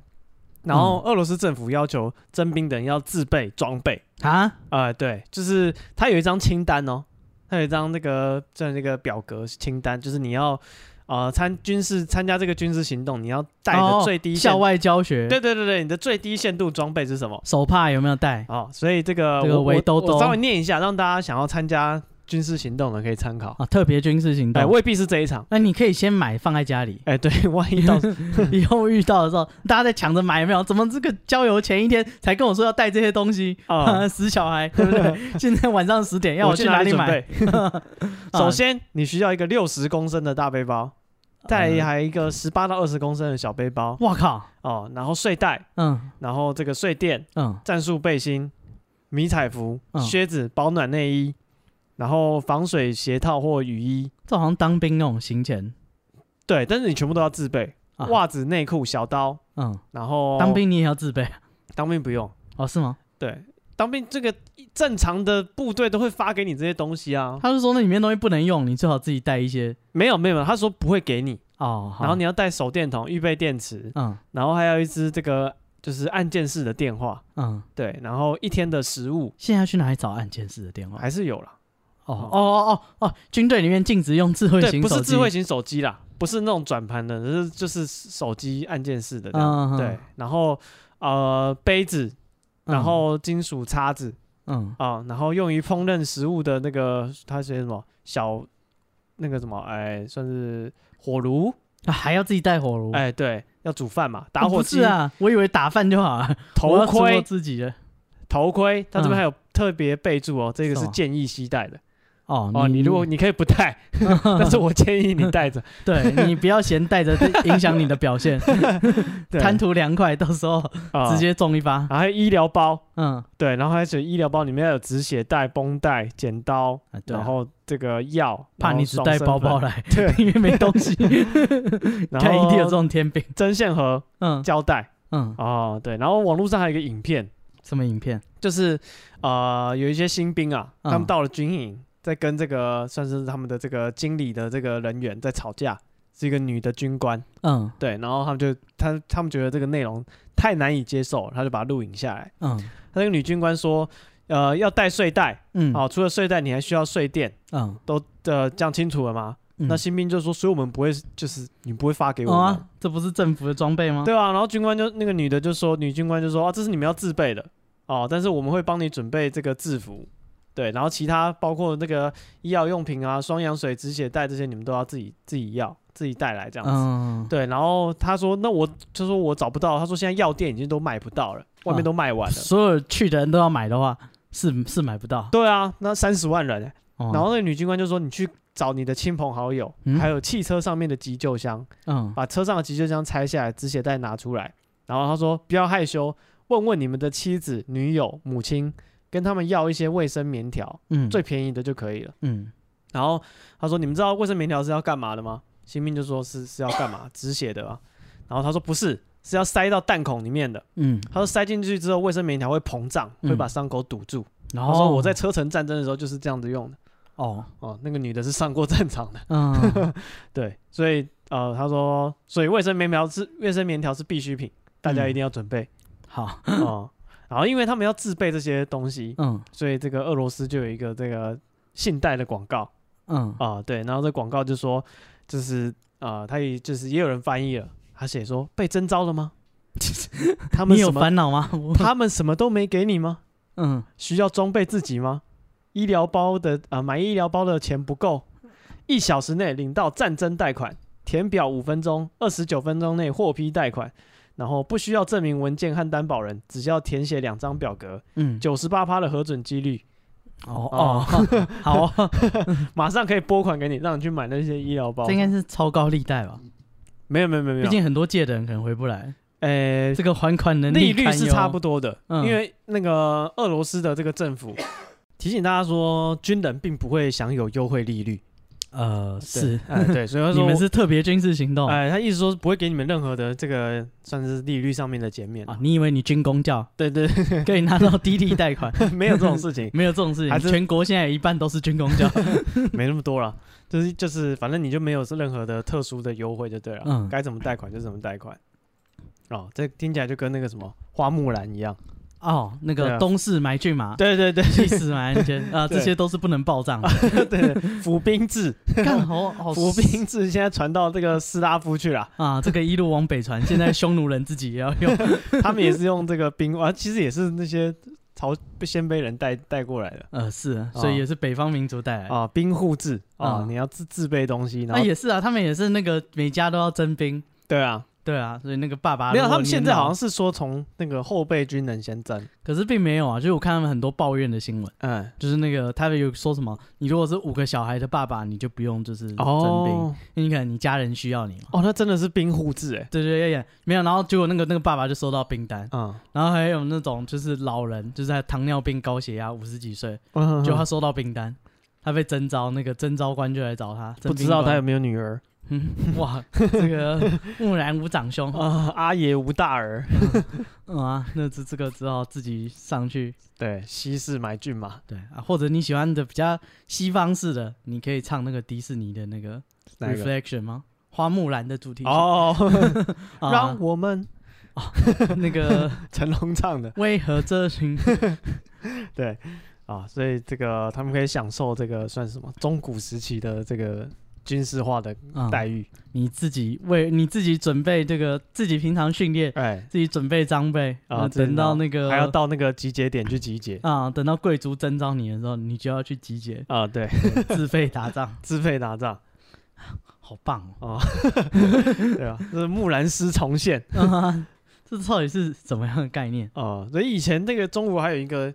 S1: 然后俄罗斯政府要求征兵的人要自备装备，
S2: 啊？
S1: 呃啊，对，就是他有一张清单哦，它有一张那个这样一个表格清单，就是你要呃参军事参加这个军事行动，你要带的
S2: 哦
S1: 最低限
S2: 校外教学，
S1: 对对对对，你的最低限度装备是什么？
S2: 手帕有没有带？
S1: 哦，所以这个
S2: 这个
S1: 我
S2: 围兜兜
S1: 我，我稍微念一下，让大家想要参加军事行动的可以参考。
S2: 啊，特别军事行
S1: 哎、
S2: 动。
S1: 未必是这一场。
S2: 那你可以先买放在家 里，
S1: 哎、对，万一到 时
S2: 以后遇到的时候，大家在抢着买，有没有？怎么这个郊游前一天才跟我说要带这些东西？
S1: 啊
S2: 死小孩，对 不对？现在晚上十点要
S1: 我
S2: 去哪里
S1: 准
S2: 买？啊
S1: 备？ 首先，你需要一个六十公升的大背包，再
S2: 嗯
S1: 还有一个十八到二十公升的小背包
S2: 我靠，
S1: 哦，然后睡袋，
S2: 嗯
S1: 然后这个睡垫、
S2: 嗯，
S1: 战术背心、迷彩服、
S2: 嗯
S1: 靴子、保暖内衣，然后防水鞋套或雨衣。
S2: 这好像当兵那种行前，
S1: 对，但是你全部都要自备，
S2: 啊
S1: 袜子、内裤、小刀，
S2: 嗯，
S1: 然后
S2: 当兵你也要自备
S1: 当兵不用，
S2: 哦？是吗？
S1: 对，当兵这个正常的部队都会发给你这些东西啊。
S2: 他是说那里面东西不能用，你最好自己带一些
S1: 没有没有，他说不会给你，
S2: 哦。好
S1: 然后你要带手电筒、预备电池，
S2: 嗯
S1: 然后还有一支这个就是按键式的电话，
S2: 嗯，
S1: 对，然后一天的食物
S2: 现在要去哪里找按键式的电话？
S1: 还是有了，
S2: 哦哦哦哦哦，军队里面禁止用智慧
S1: 对，
S2: 型
S1: 不
S2: 手
S1: 是
S2: 机，
S1: 智慧型手机啦，不是那种转盘的，只是就是手机按键式的这样，
S2: 嗯，嗯
S1: 对，，然后呃杯子，
S2: 嗯
S1: 然后金属叉子
S2: 嗯
S1: 啊、然后用于烹饪食物的那个它写什么小那个什么哎算是火炉，
S2: 啊还要自己带火炉，
S1: 哎对，要煮饭嘛，
S2: 啊
S1: 打火
S2: 不
S1: 机、
S2: 是啊，我以为打饭就好了，我
S1: 头
S2: 要做
S1: 盔
S2: 自己的
S1: 头盔，它这边
S2: 嗯
S1: 还有特别备注哦，这个
S2: 什
S1: 是
S2: 么
S1: 建议携带的
S2: 哦嗯
S1: 哦。你如果 你可以不带，但是我建议你带着。
S2: 对你不要嫌带 着这影响你的表现，
S1: 对
S2: 贪图凉快，到时候
S1: 啊
S2: 直，接中一发。
S1: 然后还有医疗包，
S2: 嗯，
S1: 对，然后还有医疗包里面有止血带、绷带、剪刀，
S2: 啊对啊
S1: 然后这个药，
S2: 怕你只带包包
S1: 了，
S2: 来，
S1: 对，
S2: 因为没东西，
S1: 然
S2: 看一定有这
S1: 后
S2: 种天兵。
S1: 针线盒、
S2: 嗯
S1: 胶带
S2: 嗯，
S1: 哦，对，然后网络上还有一个影片，
S2: 什么影片？
S1: 就是呃有一些新兵啊，
S2: 嗯
S1: 他们到了军营，在跟这个算是他们的这个经理的这个人员在吵架，是一个女的军官。
S2: 嗯
S1: 对，然后他们就他他们觉得这个内容太难以接受了，他就把它录影下来。
S2: 嗯
S1: 他那个女军官说，呃，要带睡袋，
S2: 嗯，
S1: 哦，除了睡袋，你还需要睡垫，
S2: 嗯，
S1: 都呃讲清楚了吗？
S2: 嗯，
S1: 那新兵就说，所以我们不会，就是你不会发给我
S2: 哦
S1: 们，
S2: 啊，这不是政府的装备吗？
S1: 对啊。然后军官就那个女的就说，女军官就说，啊，这是你们要自备的哦，但是我们会帮你准备这个制服。对，然后其他包括那个医药用品啊、双氧水、止血带这些，你们都要自己自己要自己带来这样子。
S2: 嗯，
S1: 对，然后他说：“那我就说我找不到。”他说：“现在药店已经都卖不到了，外面
S2: 啊
S1: 都卖完了。
S2: 所有去的人都要买的话，是是买不到。
S1: 对啊，那三十万人欸、
S2: 哦
S1: 然后那个女军官就说：“你去找你的亲朋好友，
S2: 嗯
S1: 还有汽车上面的急救箱，
S2: 嗯
S1: 把车上的急救箱拆下来，止血带拿出来。”然后他说：“不要害羞，问问你们的妻子、女友、母亲，跟他们要一些卫生棉条，
S2: 嗯
S1: 最便宜的就可以了。
S2: 嗯”
S1: 然后他说：“你们知道卫生棉条是要干嘛的吗？”新兵就说是：“是要干嘛？止血的啊。”然后他说：“不是，是要塞到弹孔里面的。”
S2: 嗯，
S1: 他说塞进去之后，卫生棉条会膨胀，
S2: 嗯哦
S1: 会把伤口堵住。
S2: 然
S1: 他说
S2: 后
S1: 我在车臣战争的时候就是这样子用的。
S2: 哦
S1: 哦，那个女的是上过战场的，
S2: 嗯
S1: 对，所以呃，他说，所以卫生棉条是卫生棉条是必需品，大
S2: 嗯
S1: 家一定要准 备
S2: 好
S1: 哦。然后因为他们要自备这些东西，
S2: 嗯
S1: 所以这个俄罗斯就有一个这个信贷的广告
S2: 嗯
S1: 啊、对，然后这广告就说，就是啊，他、也就是也有人翻译了，他写说被征召了吗？ 他们
S2: 你有
S1: 什么？
S2: 烦恼吗？我
S1: 他们什么都没给你吗？
S2: 嗯
S1: 需要装备自己吗？医疗包的啊、买医疗包的钱不够，一小时内领到战争贷款，填表五分钟，二十九分钟内获批贷款，然后不需要证明文件和担保人，只需要填写两张表格，
S2: 嗯
S1: 九十八趴的核准几率，啊
S2: 哦 哦好哦，
S1: 马上可以拨款给你，让你去买那些医疗包
S2: 这。应该是超高利贷吧？
S1: 没有没有没有没
S2: 毕
S1: 有，
S2: 竟很多借的人可能回不来，
S1: 呃，
S2: 这个还款能
S1: 利
S2: 力
S1: 率
S2: 堪
S1: 是
S2: 忧
S1: 差不多的，
S2: 嗯
S1: 因为那个俄罗斯的这个政府提醒大家说，军人并不会享有优惠利率。
S2: 呃是，
S1: 哎、 对，所以他说
S2: 你们是特别军事行动啊？
S1: 哎，他意思说不会给你们任何的这个算是利率上面的减免啊。
S2: 哦你以为你军工教
S1: 对对，
S2: 可以拿到低利贷款？，
S1: 没有这种事情
S2: 没有这种事
S1: 还
S2: 情，
S1: 真
S2: 全国现在有一半都是军工 教。
S1: 没那么多了。就是就是，反正你就没有任何的特殊的优惠就对了，
S2: 嗯
S1: 该怎么贷款就怎么贷款。哦，这听起来就跟那个什么花木兰一样，
S2: 哦，那
S1: 对
S2: 个
S1: 啊
S2: 东市埋骏马、
S1: 对对 对
S2: 西市埋鞍鞯啊，
S1: 对
S2: 这些都是不能报账 的。
S1: 对，服兵制，
S2: 干好 好
S1: 服兵制现在传到这个斯拉夫去了，
S2: 啊，这个一路往北 传，现在匈奴人自己也要用。
S1: 他们也是用这个兵，啊，其实也是那些朝鲜卑人带带过来的
S2: 呃，是
S1: 哦
S2: 啊，所以也是北方民族带来的。
S1: 啊，兵户制啊，
S2: 哎啊
S1: 你要自自备东西，然
S2: 啊，
S1: 后
S2: 也是啊，他们也是那个每家都要征兵。
S1: 对啊，
S2: 对啊，所以那个爸爸
S1: 没有，
S2: 如果
S1: 他们现
S2: 念
S1: 在
S2: 到
S1: 好像，是说从那个后备军人先征，
S2: 可是并没有啊，就是我看他们很多抱怨的新闻，
S1: 嗯，
S2: 就是那个他们有说什么，你如果是五个小孩的爸爸，你就不用就是征兵，
S1: 哦
S2: 因为可能你家人需要你嘛。
S1: 哦，那真的是兵户制哎，
S2: 对对对，对没有，然后结果那个那个爸爸就收到兵单，
S1: 嗯
S2: 然后还有那种就是老人，就是他糖尿病、高血压，五十几岁，
S1: 嗯，
S2: 就
S1: 就
S2: 他收到兵单，他被征召，那个征召官就来找他，
S1: 不
S2: 征兵
S1: 知道
S2: 官
S1: 他有没有女儿
S2: 嗯， 哇，这个木然无长兄，
S1: 啊，阿爷无大儿，
S2: 嗯啊，那这这个只好自己上去。
S1: 对，西市买骏马，
S2: 对啊，或者你喜欢的比较西方式的，你可以唱那个迪士尼的那个
S1: 哪一个？
S2: Reflection 吗？花木兰的主题曲，
S1: 哦，
S2: 啊
S1: 让我们
S2: 那个
S1: 成龙唱的，
S2: 为何这群
S1: 对啊，所以这个他们可以享受这个算什么中古时期的这个军事化的
S2: 啊
S1: 待遇，
S2: 你自己为你自己准备这个自己平常训练，
S1: 哎，
S2: 自己准备装备
S1: 啊
S2: 呃
S1: 自己
S2: 等到
S1: 弄
S2: 那个
S1: 还要到那个集结点去集结
S2: 啊，等到贵族征召你的时候，你就要去集 结
S1: 啊，对，
S2: 自费打仗，
S1: 自费打仗
S2: 好棒哦！
S1: 啊，对啊，这是木兰诗重现。
S2: 啊，这到底是怎么样的概念？
S1: 哦、所以以前那个中国还有一个，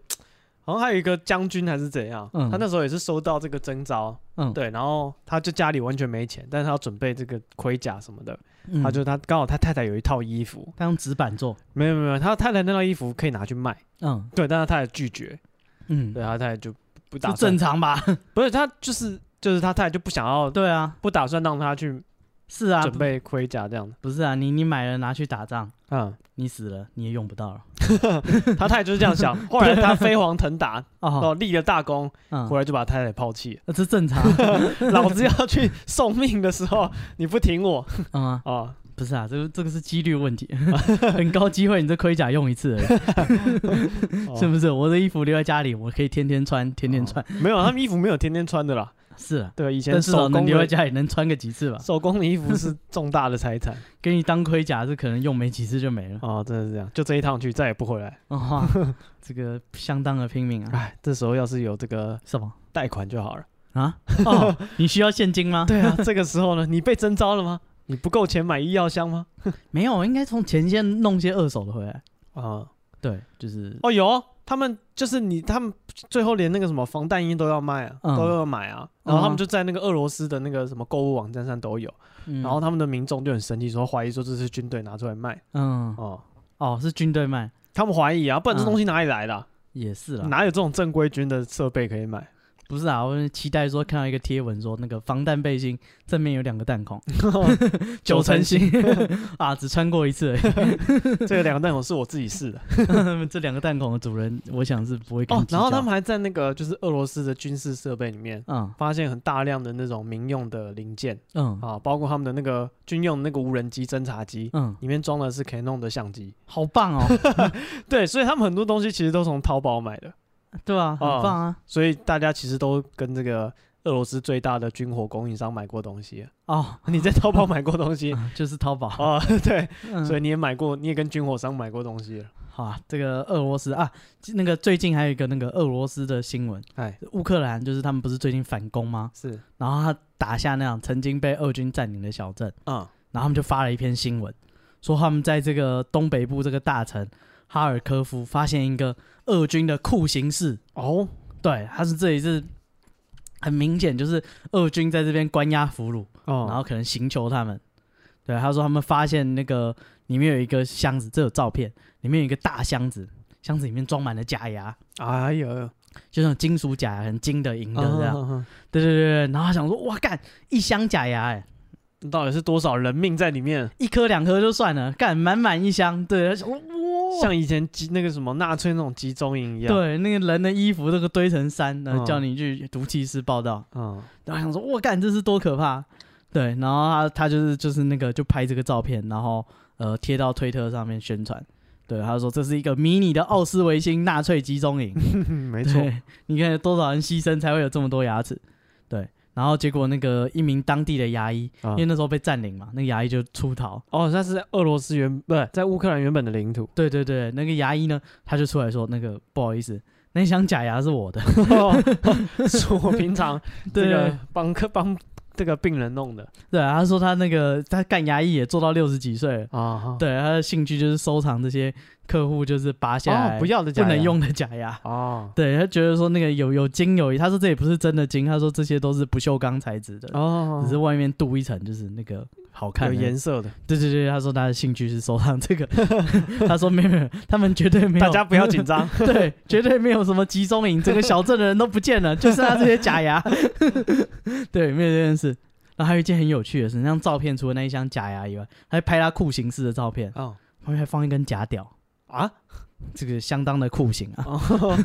S1: 好像还有一个将军还是怎样，
S2: 嗯
S1: 他那时候也是收到这个征召，
S2: 嗯，
S1: 对，然后他就家里完全没钱，但是他要准备这个盔甲什么的，
S2: 嗯，
S1: 他就他刚好他太太有一套衣服，
S2: 他用纸板做，
S1: 没有没有，他太太那套衣服可以拿去卖，
S2: 嗯
S1: 对，但是他太太拒绝，
S2: 嗯，
S1: 对，他太太就不打
S2: 这
S1: 算
S2: 正，常吧？
S1: 不是他就是就是他太太就不想要，
S2: 对啊，
S1: 不打算让他去
S2: 是啊，
S1: 准备盔甲这样的，
S2: 不是啊，你你买了拿去打仗，
S1: 嗯，
S2: 你死了你也用不到了。
S1: 他太太就是这样 想，后来他飞黄腾达，
S2: 哦，
S1: 哦，立了大功，
S2: 嗯
S1: 回，来就把太太抛弃了。
S2: 呃这正常，
S1: 老子要去送命的时候，你不挺我
S2: 嗯啊，
S1: 啊？
S2: 不是啊，这个这个是几率问题， 很高机会你这盔甲用一次而已， 是不是？我的衣服留在家里，我可以天天穿，天天穿，
S1: 哦没有，他们衣服没有天天穿的啦。
S2: 是啊，
S1: 对，以前
S2: 但至少
S1: 手
S2: 能
S1: 工
S2: 留在
S1: 的
S2: 家里能穿个几次吧，
S1: 手工的衣服是重大的财产
S2: 给你当盔甲是可能用没几次就没 了。
S1: 哦，真的是这样，就这一趟去再也不回来。
S2: 哦，这个相当的拼命啊！
S1: 哎，这时候要是有这个
S2: 什么
S1: 贷款就好 了。
S2: 啊？哦，你需要现金吗？
S1: 对啊，这个时候呢，你被征召了吗？你不够钱买医药箱吗？
S2: 没有，应该从前线弄些二手的回来。
S1: 啊，
S2: 对，就是
S1: 哦有，他们就是你，他们最后连那个什么防弹衣都要卖啊，
S2: 嗯
S1: 都要买啊，然后他
S2: 嗯
S1: 们就在那个俄罗斯的那个什么购物网站上都有。
S2: 嗯
S1: 然后他们的民众就很生气，说怀疑说这是军队拿出来卖
S2: 嗯，
S1: 哦，
S2: 哦，是军队卖，
S1: 他们怀疑啊，不然这
S2: 嗯
S1: 东西哪里来的啊、
S2: 也是啦。
S1: 哪有这种正规军的设备可以买？
S2: 不是啊，我期待说看到一个贴文说那个防弹背心正面有两个 弹孔，九成新 啊，只穿过一次而
S1: 这两个弹孔是我自己试的
S2: 已。 这两个弹孔的主人，我想是不会跟
S1: 哦
S2: 你。计
S1: 然后他
S2: 较
S1: 们还在那个就是俄罗斯的军事设备里面
S2: 嗯
S1: 发现很大量的那种民用的零件
S2: 嗯
S1: 啊，包括他们的那个军用那个无人机侦察机。
S2: 嗯，
S1: 里面装的是 Canon 的相机，
S2: 好棒 哦，
S1: 对，所以他们很多东西其实都从淘宝买的，
S2: 对啊，
S1: 哦
S2: 很棒啊。
S1: 所以大家其实都跟这个俄罗斯最大的军火供应商买过东西。
S2: 哦，
S1: 你在淘宝买过东西，
S2: 嗯就是淘宝，
S1: 哦，对，
S2: 嗯
S1: 所以你也买过，你也跟军火商买过东西了。
S2: 好啊，这个俄罗斯啊，那个最近还有一个那个俄罗斯的新闻，
S1: 哎，
S2: 乌克兰就是他们不是最近反攻吗？
S1: 是，
S2: 然后他打下那样曾经被俄军占领的小镇，
S1: 嗯，
S2: 然后他们就发了一篇新闻，说他们在这个东北部这个大城哈尔科夫发现一个俄军的酷刑室，
S1: 哦，
S2: 对，他是这里是很明显就是俄军在这边关押俘虏，
S1: 哦
S2: 然后可能刑求他们。对，他说他们发现那个里面有一个箱子，这有照片，里面有一个大箱子，箱子里面装满了假牙，
S1: 哎呦，
S2: 就那种金属假牙，很金的、银的这样。
S1: 嗯嗯
S2: 对对对对，然后他想说，哇干，一箱假牙哎、
S1: 嗯到底是多少人命在里面？
S2: 一颗两颗就算了，干满满一箱，对，他想说哇，
S1: 像以前集那个什么纳粹那种集中营一样。，
S2: 对那个人的衣服都个堆成山，然后
S1: 嗯
S2: 叫你去毒气室报道，
S1: 嗯，
S2: 然后想说哇干，这是多可怕，对，然后他他就是就是那个就拍这个照片，然后呃贴到推特上面宣传，对，他就说这是一个迷你的奥斯维辛纳粹集中营，
S1: 嗯 没错，
S2: 对，你看有多少人牺牲才会有这么多牙齿？对，然后结果那个一名当地的牙医，
S1: 啊
S2: 因为那时候被占领嘛，那个牙医就出逃。，
S1: 哦，那是在俄罗斯原不是在乌克兰原本的领 土
S2: 对对对，那个牙医呢，他就出来说，那个不好意思，那箱假牙 是我的。
S1: 哦是我平 常这
S2: 对
S1: 个帮客帮这个病人弄的
S2: 对啊，他说他那个他干牙医也做到六十几岁了，
S1: 啊，哈
S2: 对，他的兴趣就是收藏这些客户就是拔下来、
S1: 哦，不要的假
S2: 不
S1: 牙
S2: 能用的假牙。
S1: 哦
S2: 对他觉得说那个有有金有银，他说这也不是真的金，他说这些都是不锈钢材质的，
S1: 哦，
S2: 只是外面镀一层，就是那个好看
S1: 有
S2: 的。
S1: 颜色的，
S2: 对对对，他说他的兴趣是收藏这个， 他说没有没有，他们绝对没有，
S1: 大家不要紧张
S2: 对，绝对没有什么集中营，整个小镇的人都不见了，就是他这些假牙。 对，没有这件事。然后还有一件很有趣的事，那张照片除了那一箱假牙以外，还拍他酷刑式的照片，
S1: 哦
S2: 旁边还放一根假屌，
S1: 啊，
S2: 这个相当的酷刑啊！
S1: 哦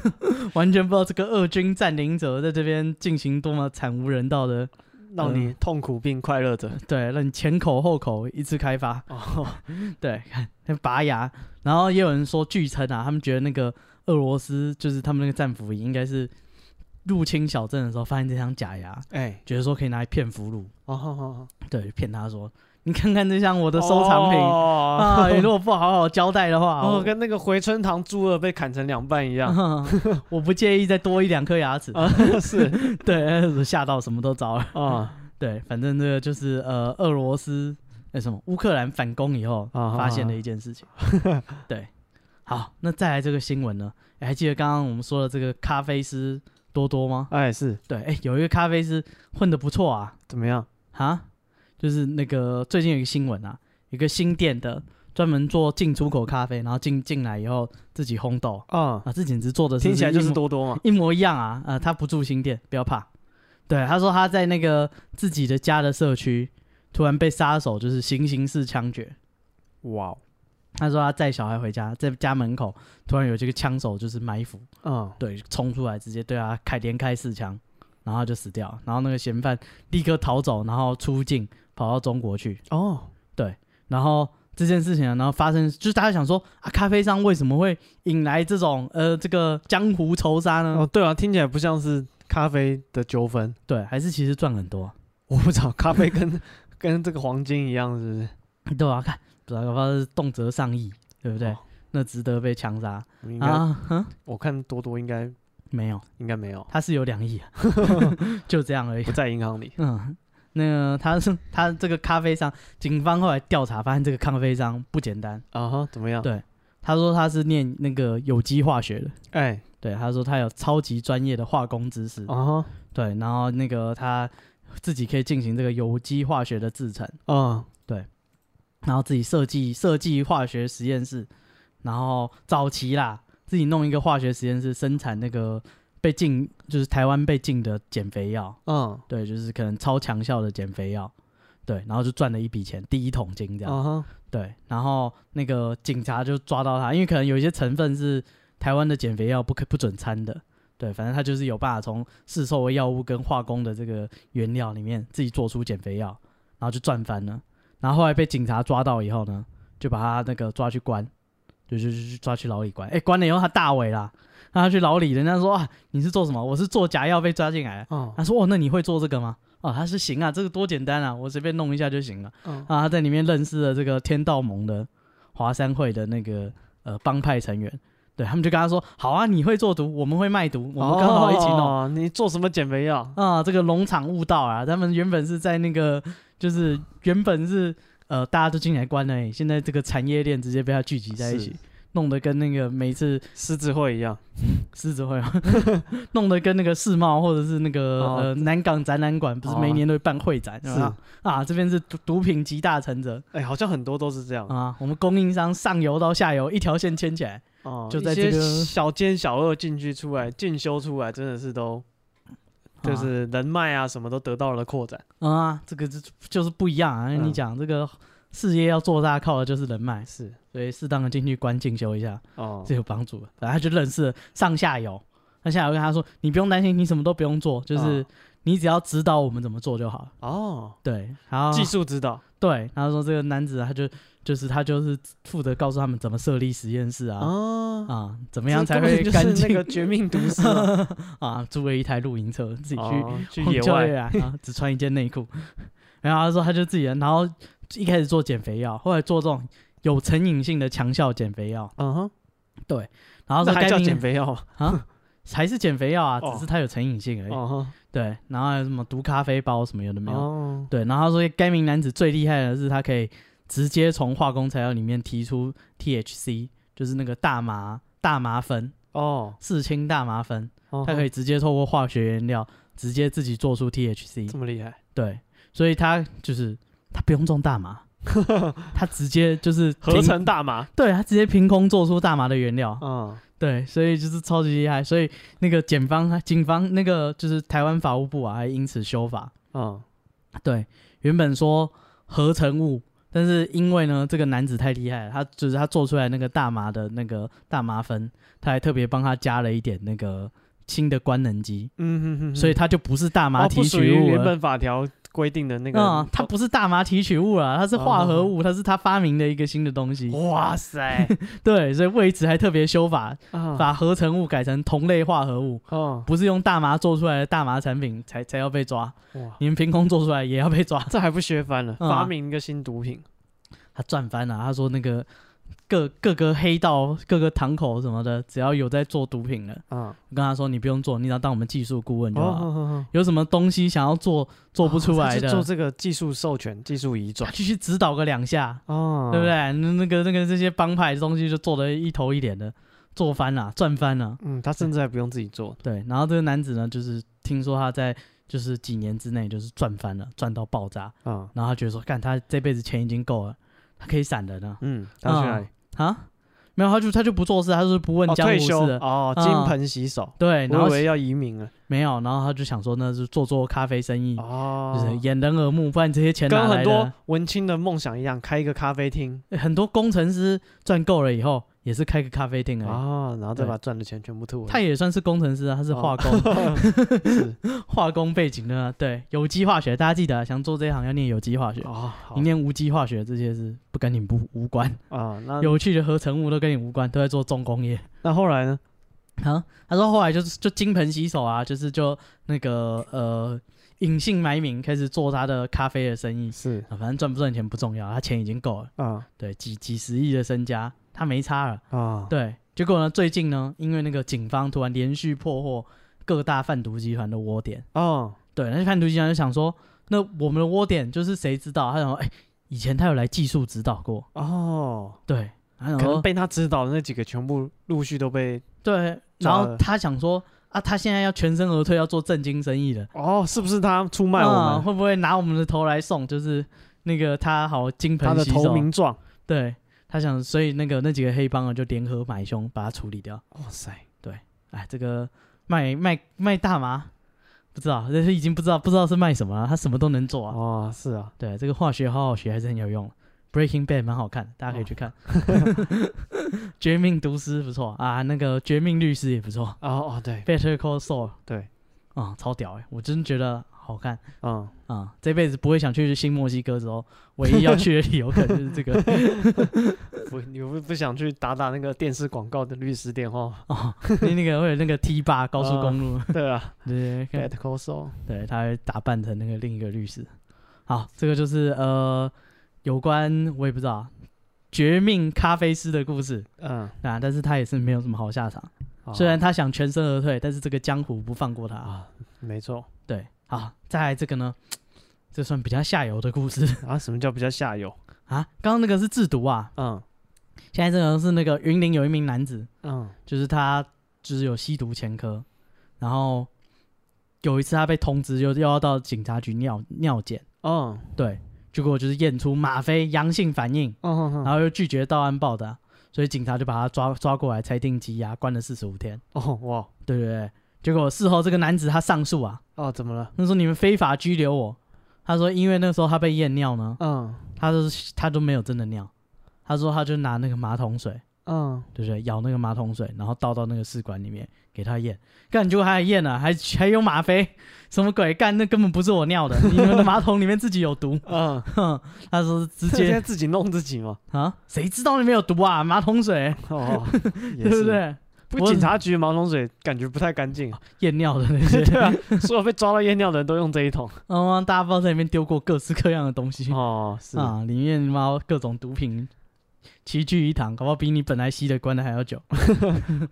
S2: 完全不知道这个俄军占领者在这边进行多么惨无人道的，
S1: 让你痛苦并快乐着
S2: 对，让你前口后口一次开发。
S1: 哦，
S2: 对，看那拔牙，然后也有人说，据称啊，他们觉得那个俄罗斯就是他们那个战俘营，应该是入侵小镇的时候发现这箱假牙，
S1: 哎，
S2: 觉得说可以拿来骗俘虏，
S1: 哦好好好
S2: 对，骗他说你看看这箱我的收藏品、啊， 你如果不好好交代的话，
S1: 哦，
S2: 我
S1: 哎跟那个回春堂猪儿被砍成两半一 样
S2: 我不介意再多一两颗牙齿。
S1: 啊， 是
S2: 对，吓到什么都糟了。
S1: 啊
S2: 对，反正这个就是呃，俄罗斯那什么乌克兰反攻以后
S1: 啊
S2: 发现的一件事情。 对，好，那再来这个新闻呢？诶还记得刚刚我们说的这个咖啡师多多吗？
S1: 哎是
S2: 对，哎、有一个咖啡师混得不错啊，
S1: 怎么样？
S2: 哈，就是那个最近有一个新闻啊，有一个新店的专门做进出口咖啡，然后进进来以后自己烘豆
S1: 啊，
S2: 啊，这简直做的
S1: 听起来就
S2: 一
S1: 是
S2: 模
S1: 多多嘛，
S2: 一模一样啊。呃，他不住新店，不要怕。对，他说他在那个自己的家的社区，突然被杀手就是行刑式枪决。
S1: 哇，哦
S2: 他说他载小孩回家，在家门口突然有这个枪手就是埋伏，
S1: 嗯，
S2: 对，冲出来直接对他开连开四枪，然后他就死掉了。然后那个嫌犯立刻逃走，然后出境跑到中国去。
S1: 哦，
S2: 然后这件事情啊，然后发生，就是大家想说啊，咖啡商为什么会引来这种呃这个江湖仇杀呢？
S1: 哦，对啊，听起来不像是咖啡的纠纷，
S2: 对，还是其实赚很多啊、
S1: 我不知道咖啡跟跟这个黄金一样是不是？
S2: 对啊，看，不知道，搞不好是动辄上亿，对不对？
S1: 哦
S2: 那值得被枪杀
S1: 应该、嗯
S2: 啊？哼，
S1: 我看多多应该
S2: 没有，
S1: 应该没有，
S2: 他是有两亿、啊， 就这样而已
S1: 不。在银行里。
S2: 嗯，那个他是他这个咖啡商，警方后来调查发现这个咖啡商不简单。
S1: 啊哈，怎么样？
S2: 对他说他是念那个有机化学的，
S1: 哎，
S2: 对，他说他有超级专业的化工知识，
S1: 啊哈，
S2: 对，然后那个他自己可以进行这个有机化学的制成。
S1: 嗯，
S2: 然后自己设计设计化学实验室，然后早期啦，自己弄一个化学实验室生产那个被禁，就是台湾被禁的减肥药，
S1: 嗯，
S2: 对，就是可能超强效的减肥药，对，然后就赚了一笔钱，第一桶金这样，
S1: 啊哈，
S2: 对，然后那个警察就抓到他，因为可能有一些成分是台湾的减肥药不可不准掺的。对，反正他就是有办法从市售的药物跟化工的这个原料里面自己做出减肥药，然后就赚翻了。然后后来被警察抓到以后呢，就把他那个抓去关，就就就就抓去牢里关。哎，关了以后他大伟啦，让他去牢里，人家说啊，你是做什么？我是做假药被抓进来的。
S1: 嗯
S2: 他说哦，那你会做这个吗？哦，他说行啊，这个多简单啊，我随便弄一下就行了。
S1: 嗯，
S2: 啊，他在里面认识了这个天道盟的华山会的那个呃帮派成员，对他们就跟他说：“好啊，你会做毒，我们会卖毒，我们刚好一起弄。
S1: 哦。你做什么减肥药？
S2: 啊，这个农场悟道啊，他们原本是在那个，就是原本是呃大家都进来关了而已，现在这个产业链直接被他聚集在一起
S1: 是，
S2: 弄得跟那个每一次
S1: 狮子会一样。
S2: 狮子会嘛， 弄得跟那个世贸或者是那个、
S1: 哦
S2: 呃南港展览馆，不是
S1: 哦
S2: 每年都会办会展，有没有
S1: 是
S2: 啊，这边是毒毒品集大成者，
S1: 哎，好像很多都是这样。
S2: 啊，我们供应商上游到下游一条线牵起来，
S1: 哦，
S2: 就在
S1: 一些
S2: 这个
S1: 小奸小恶进去出来，进修出来，真的是都就
S2: 啊
S1: 是人脉啊，什么都得到了扩展。
S2: 啊，这个就就是不一样啊。
S1: 嗯
S2: 你讲这个事业要做大，靠的就是人脉，
S1: 是
S2: 所以适当的进去关进修一下，
S1: 哦
S2: 这，有帮助的。反正他就认识了上下游，那下游跟他说，你不用担心，你什么都不用做，就是
S1: 哦
S2: 你只要指导我们怎么做就好了。
S1: 哦，
S2: 对，然后
S1: 技术指导
S2: 对，然后说这个男子啊他就就是他就是负责告诉他们怎么设立实验室啊
S1: 哦，
S2: 啊，
S1: 怎
S2: 怎么样才会干
S1: 那
S2: 净
S1: 个绝命毒 师嘛
S2: 啊？租了一台露营车，自己去
S1: 哦去
S2: 荒
S1: 野
S2: 郊
S1: 外
S2: 野啊，只穿一件内裤。 然后他说他就自己人，然后一开始做减肥药，后来做这种有成瘾性的强效减肥药，
S1: 嗯哼，
S2: 然后
S1: 那
S2: 说该
S1: 还叫
S2: 命
S1: 减肥药吗？
S2: 啊， 还是减肥药啊，
S1: 哦
S2: 只是它有成瘾性而已。
S1: 哦哼
S2: 对，然后还有什么毒咖啡包什么有的没有。
S1: 哦，
S2: 对，然后他说该名男子最厉害的是他可以直接从化工材料里面提出 THC，就是那个大麻大麻酚，
S1: 哦，
S2: 四氢大麻酚，
S1: 哦
S2: 他可以直接透过化学原料直接自己做出 THC。
S1: 这么厉害，
S2: 对，所以他就是他不用种大麻， 他直接就是
S1: 合
S2: 凭，
S1: 成大麻，
S2: 对他直接凭空做出大麻的原料，
S1: 嗯，
S2: 对，所以就是超级厉害。所以那个检方、警方那个就是台湾法务部啊，还因此修法，
S1: 嗯，
S2: 对，原本说合成物。但是因为呢，这个男子太厉害了，他就是他做出来那个大麻的那个大麻酚，他还特别帮他加了一点那个新的官能基，
S1: 嗯哼哼，
S2: 所以它就不是大麻
S1: 哦不
S2: 提
S1: 属
S2: 取
S1: 于
S2: 物
S1: 原
S2: 了。
S1: 本法条规定的那个哦
S2: 嗯，，它不是大麻提取物啦，它是化合物，它是他发明的一个新的东西。
S1: 哇 塞，
S2: 对，所以为此还特别修法，
S1: 啊，
S2: 把合成物改成同类化合物，
S1: 哦，
S2: 不是用大麻做出来的大麻产品才才要被抓，
S1: 哇，
S2: 你们凭空做出来也要被抓。
S1: 这还不削翻了，
S2: 嗯
S1: 发明一个新毒品，
S2: 他赚翻了，他说那个各各个黑道、各个堂口什么的，只要有在做毒品的，
S1: 嗯，
S2: 我跟他说你不用做，你只要当我们技术顾问就
S1: 哦
S2: 好。
S1: 哦哦
S2: 有什么东西想要做做不出
S1: 哦
S2: 来
S1: 他
S2: 的，
S1: 是做这个技术授权、技术移
S2: 他
S1: 转，
S2: 就去指导个两下，
S1: 哦，
S2: 对不？对？那那个那个这些帮派的东西就做的一头一脸的，做翻了、赚翻了、
S1: 嗯，他甚至还不用自己做，
S2: 对，然后这个男子呢，就是听说他在就是几年之内就是赚翻了，赚到爆炸，
S1: 啊，
S2: 然后他觉得说，干他这辈子钱已经够了，他可以闪人了
S1: 嗯，他去哪里？
S2: 啊？没有，他就他就不做事，他就是不问
S1: 哦，
S2: 江湖
S1: 退休
S2: 事的。
S1: 哦，金盆洗手，
S2: 对，然
S1: 我
S2: 后
S1: 以为要移民了，
S2: 没有，然后他就想说那就做做咖啡生意，
S1: 哦，
S2: 就是掩人耳目，不然这些钱哪
S1: 跟
S2: 来
S1: 很多
S2: 的？啊
S1: 文青的梦想一样，开一个咖啡厅
S2: 很多工程师赚够了以后，也是开个咖啡厅而已。
S1: 哦，然后再把赚的钱全部吐回
S2: 他也算是工程师啊，
S1: 哦
S2: 他是化工，
S1: 是
S2: 化工背景的啊，对，有机化学，大家记得啊、想做这一行要念有机化学，
S1: 哦，好
S2: 你念无机化学这些是不跟你不无关，
S1: 啊，那
S2: 有趣的合成物都跟你无关，都在做重工业。
S1: 那后来呢？
S2: 啊，他说后来就是就金盆洗手啊，就是就那个呃隐姓埋名开始做他的咖啡的生意
S1: 是
S2: 啊，反正赚不赚钱不重要，他钱已经够了，
S1: 啊
S2: 对，几几十亿的身家他没差了，
S1: 啊，
S2: 对。结果呢，最近呢，因为那个警方突然连续破获各大贩毒集团的窝点。
S1: 哦，
S2: 对，那贩毒集团就想说，那我们的窝点就是谁知道？他想说，哎、以前他有来技术指导过，
S1: 哦，
S2: 对，他想
S1: 可能
S2: 说，
S1: 被他指导的那几个全部陆续都被
S2: 对，然
S1: 抓
S2: 后
S1: 了
S2: 他想说，啊，他现在要全身而退，要做正经生意了，
S1: 哦，是不是他出卖
S2: 啊
S1: 我们？
S2: 会不会拿我们的头来送？就是那个他好金盆
S1: 他的
S2: 洗手
S1: 投名状，
S2: 对他想，所以那个那几个黑帮啊就联合买凶，把他处理掉。
S1: 哇塞，
S2: 哎，这个卖卖卖大麻。不知道，但是已经不知道不知道是卖什么了，他什么都能做啊。
S1: 哦，是啊，
S2: 对，这个化学好好学还是很有用。Breaking Bad 蛮好看的，大家可以去看。 绝命毒师不错啊，那个绝命律师也不错。
S1: 哦哦，对，
S2: Better Call Saul
S1: 对，
S2: 啊、超屌哎、我真觉得好看
S1: 嗯，
S2: 啊、这辈子不会想去新墨西哥之后，唯一要去的理由可能就是这个
S1: 不，你不不想去打打那个电视广告的律师电话 吗？
S2: 哦，那那个会有那个 T 八高速公路，
S1: 对啊
S2: 对
S1: ，Bad
S2: 对
S1: Call Saul，
S2: 对，他会打扮成那个另一个律师。好，这个就是呃，有关我也不知道绝命咖啡师的故事。
S1: 嗯，
S2: 啊，但是他也是没有什么好下场。
S1: 哦
S2: 虽然他想全身而退，但是这个江湖不放过他。
S1: 啊，没错
S2: 对，好，再来这个呢，这算比较下游的故事
S1: 啊，什么叫比较下游？
S2: 啊。刚刚那个是制毒啊，
S1: 嗯
S2: 现在这个是那个云林有一名男子，
S1: 嗯，
S2: 就是他就是有吸毒前科，然后有一次他被通知就又要到警察局尿尿检，
S1: 哦，
S2: 对，结果就是验出吗啡阳性反应，
S1: 哦哦
S2: 然后又拒绝到案报答，啊所以警察就把他抓抓过来裁定羁押，关了四十五天。
S1: 哦，哇，
S2: 对对对。结果事后这个男子他上诉啊，
S1: 哦，怎么了？
S2: 他说你们非法拘留我。他说因为那时候他被验尿呢，
S1: 嗯，
S2: 他都他都没有真的尿。他说他就拿那个马桶水
S1: 嗯，
S2: 对不对？舀那个马桶水，然后倒到那个试管里面给他验，干结果他还验了、还还有吗啡，什么鬼？干那根本不是我尿的，你们的马桶里面自己有毒。
S1: 嗯，
S2: 哼，他说直
S1: 直接
S2: 接
S1: 自己弄自己嘛，
S2: 啊，谁知道里面有毒啊？马桶水，
S1: 哦，也
S2: 对不
S1: 是？
S2: 对？
S1: 不
S2: 我
S1: 过警察局马桶水感觉不太干净，啊
S2: 验尿的那 些，
S1: 对啊，所有被抓到验尿的人都用这一 桶。
S2: 嗯，大家不知道在里面丢过各式各样的东西
S1: 哦，是，
S2: 啊，里面猫各种毒品齐聚一堂，搞不好比你本来吸的关的还要久。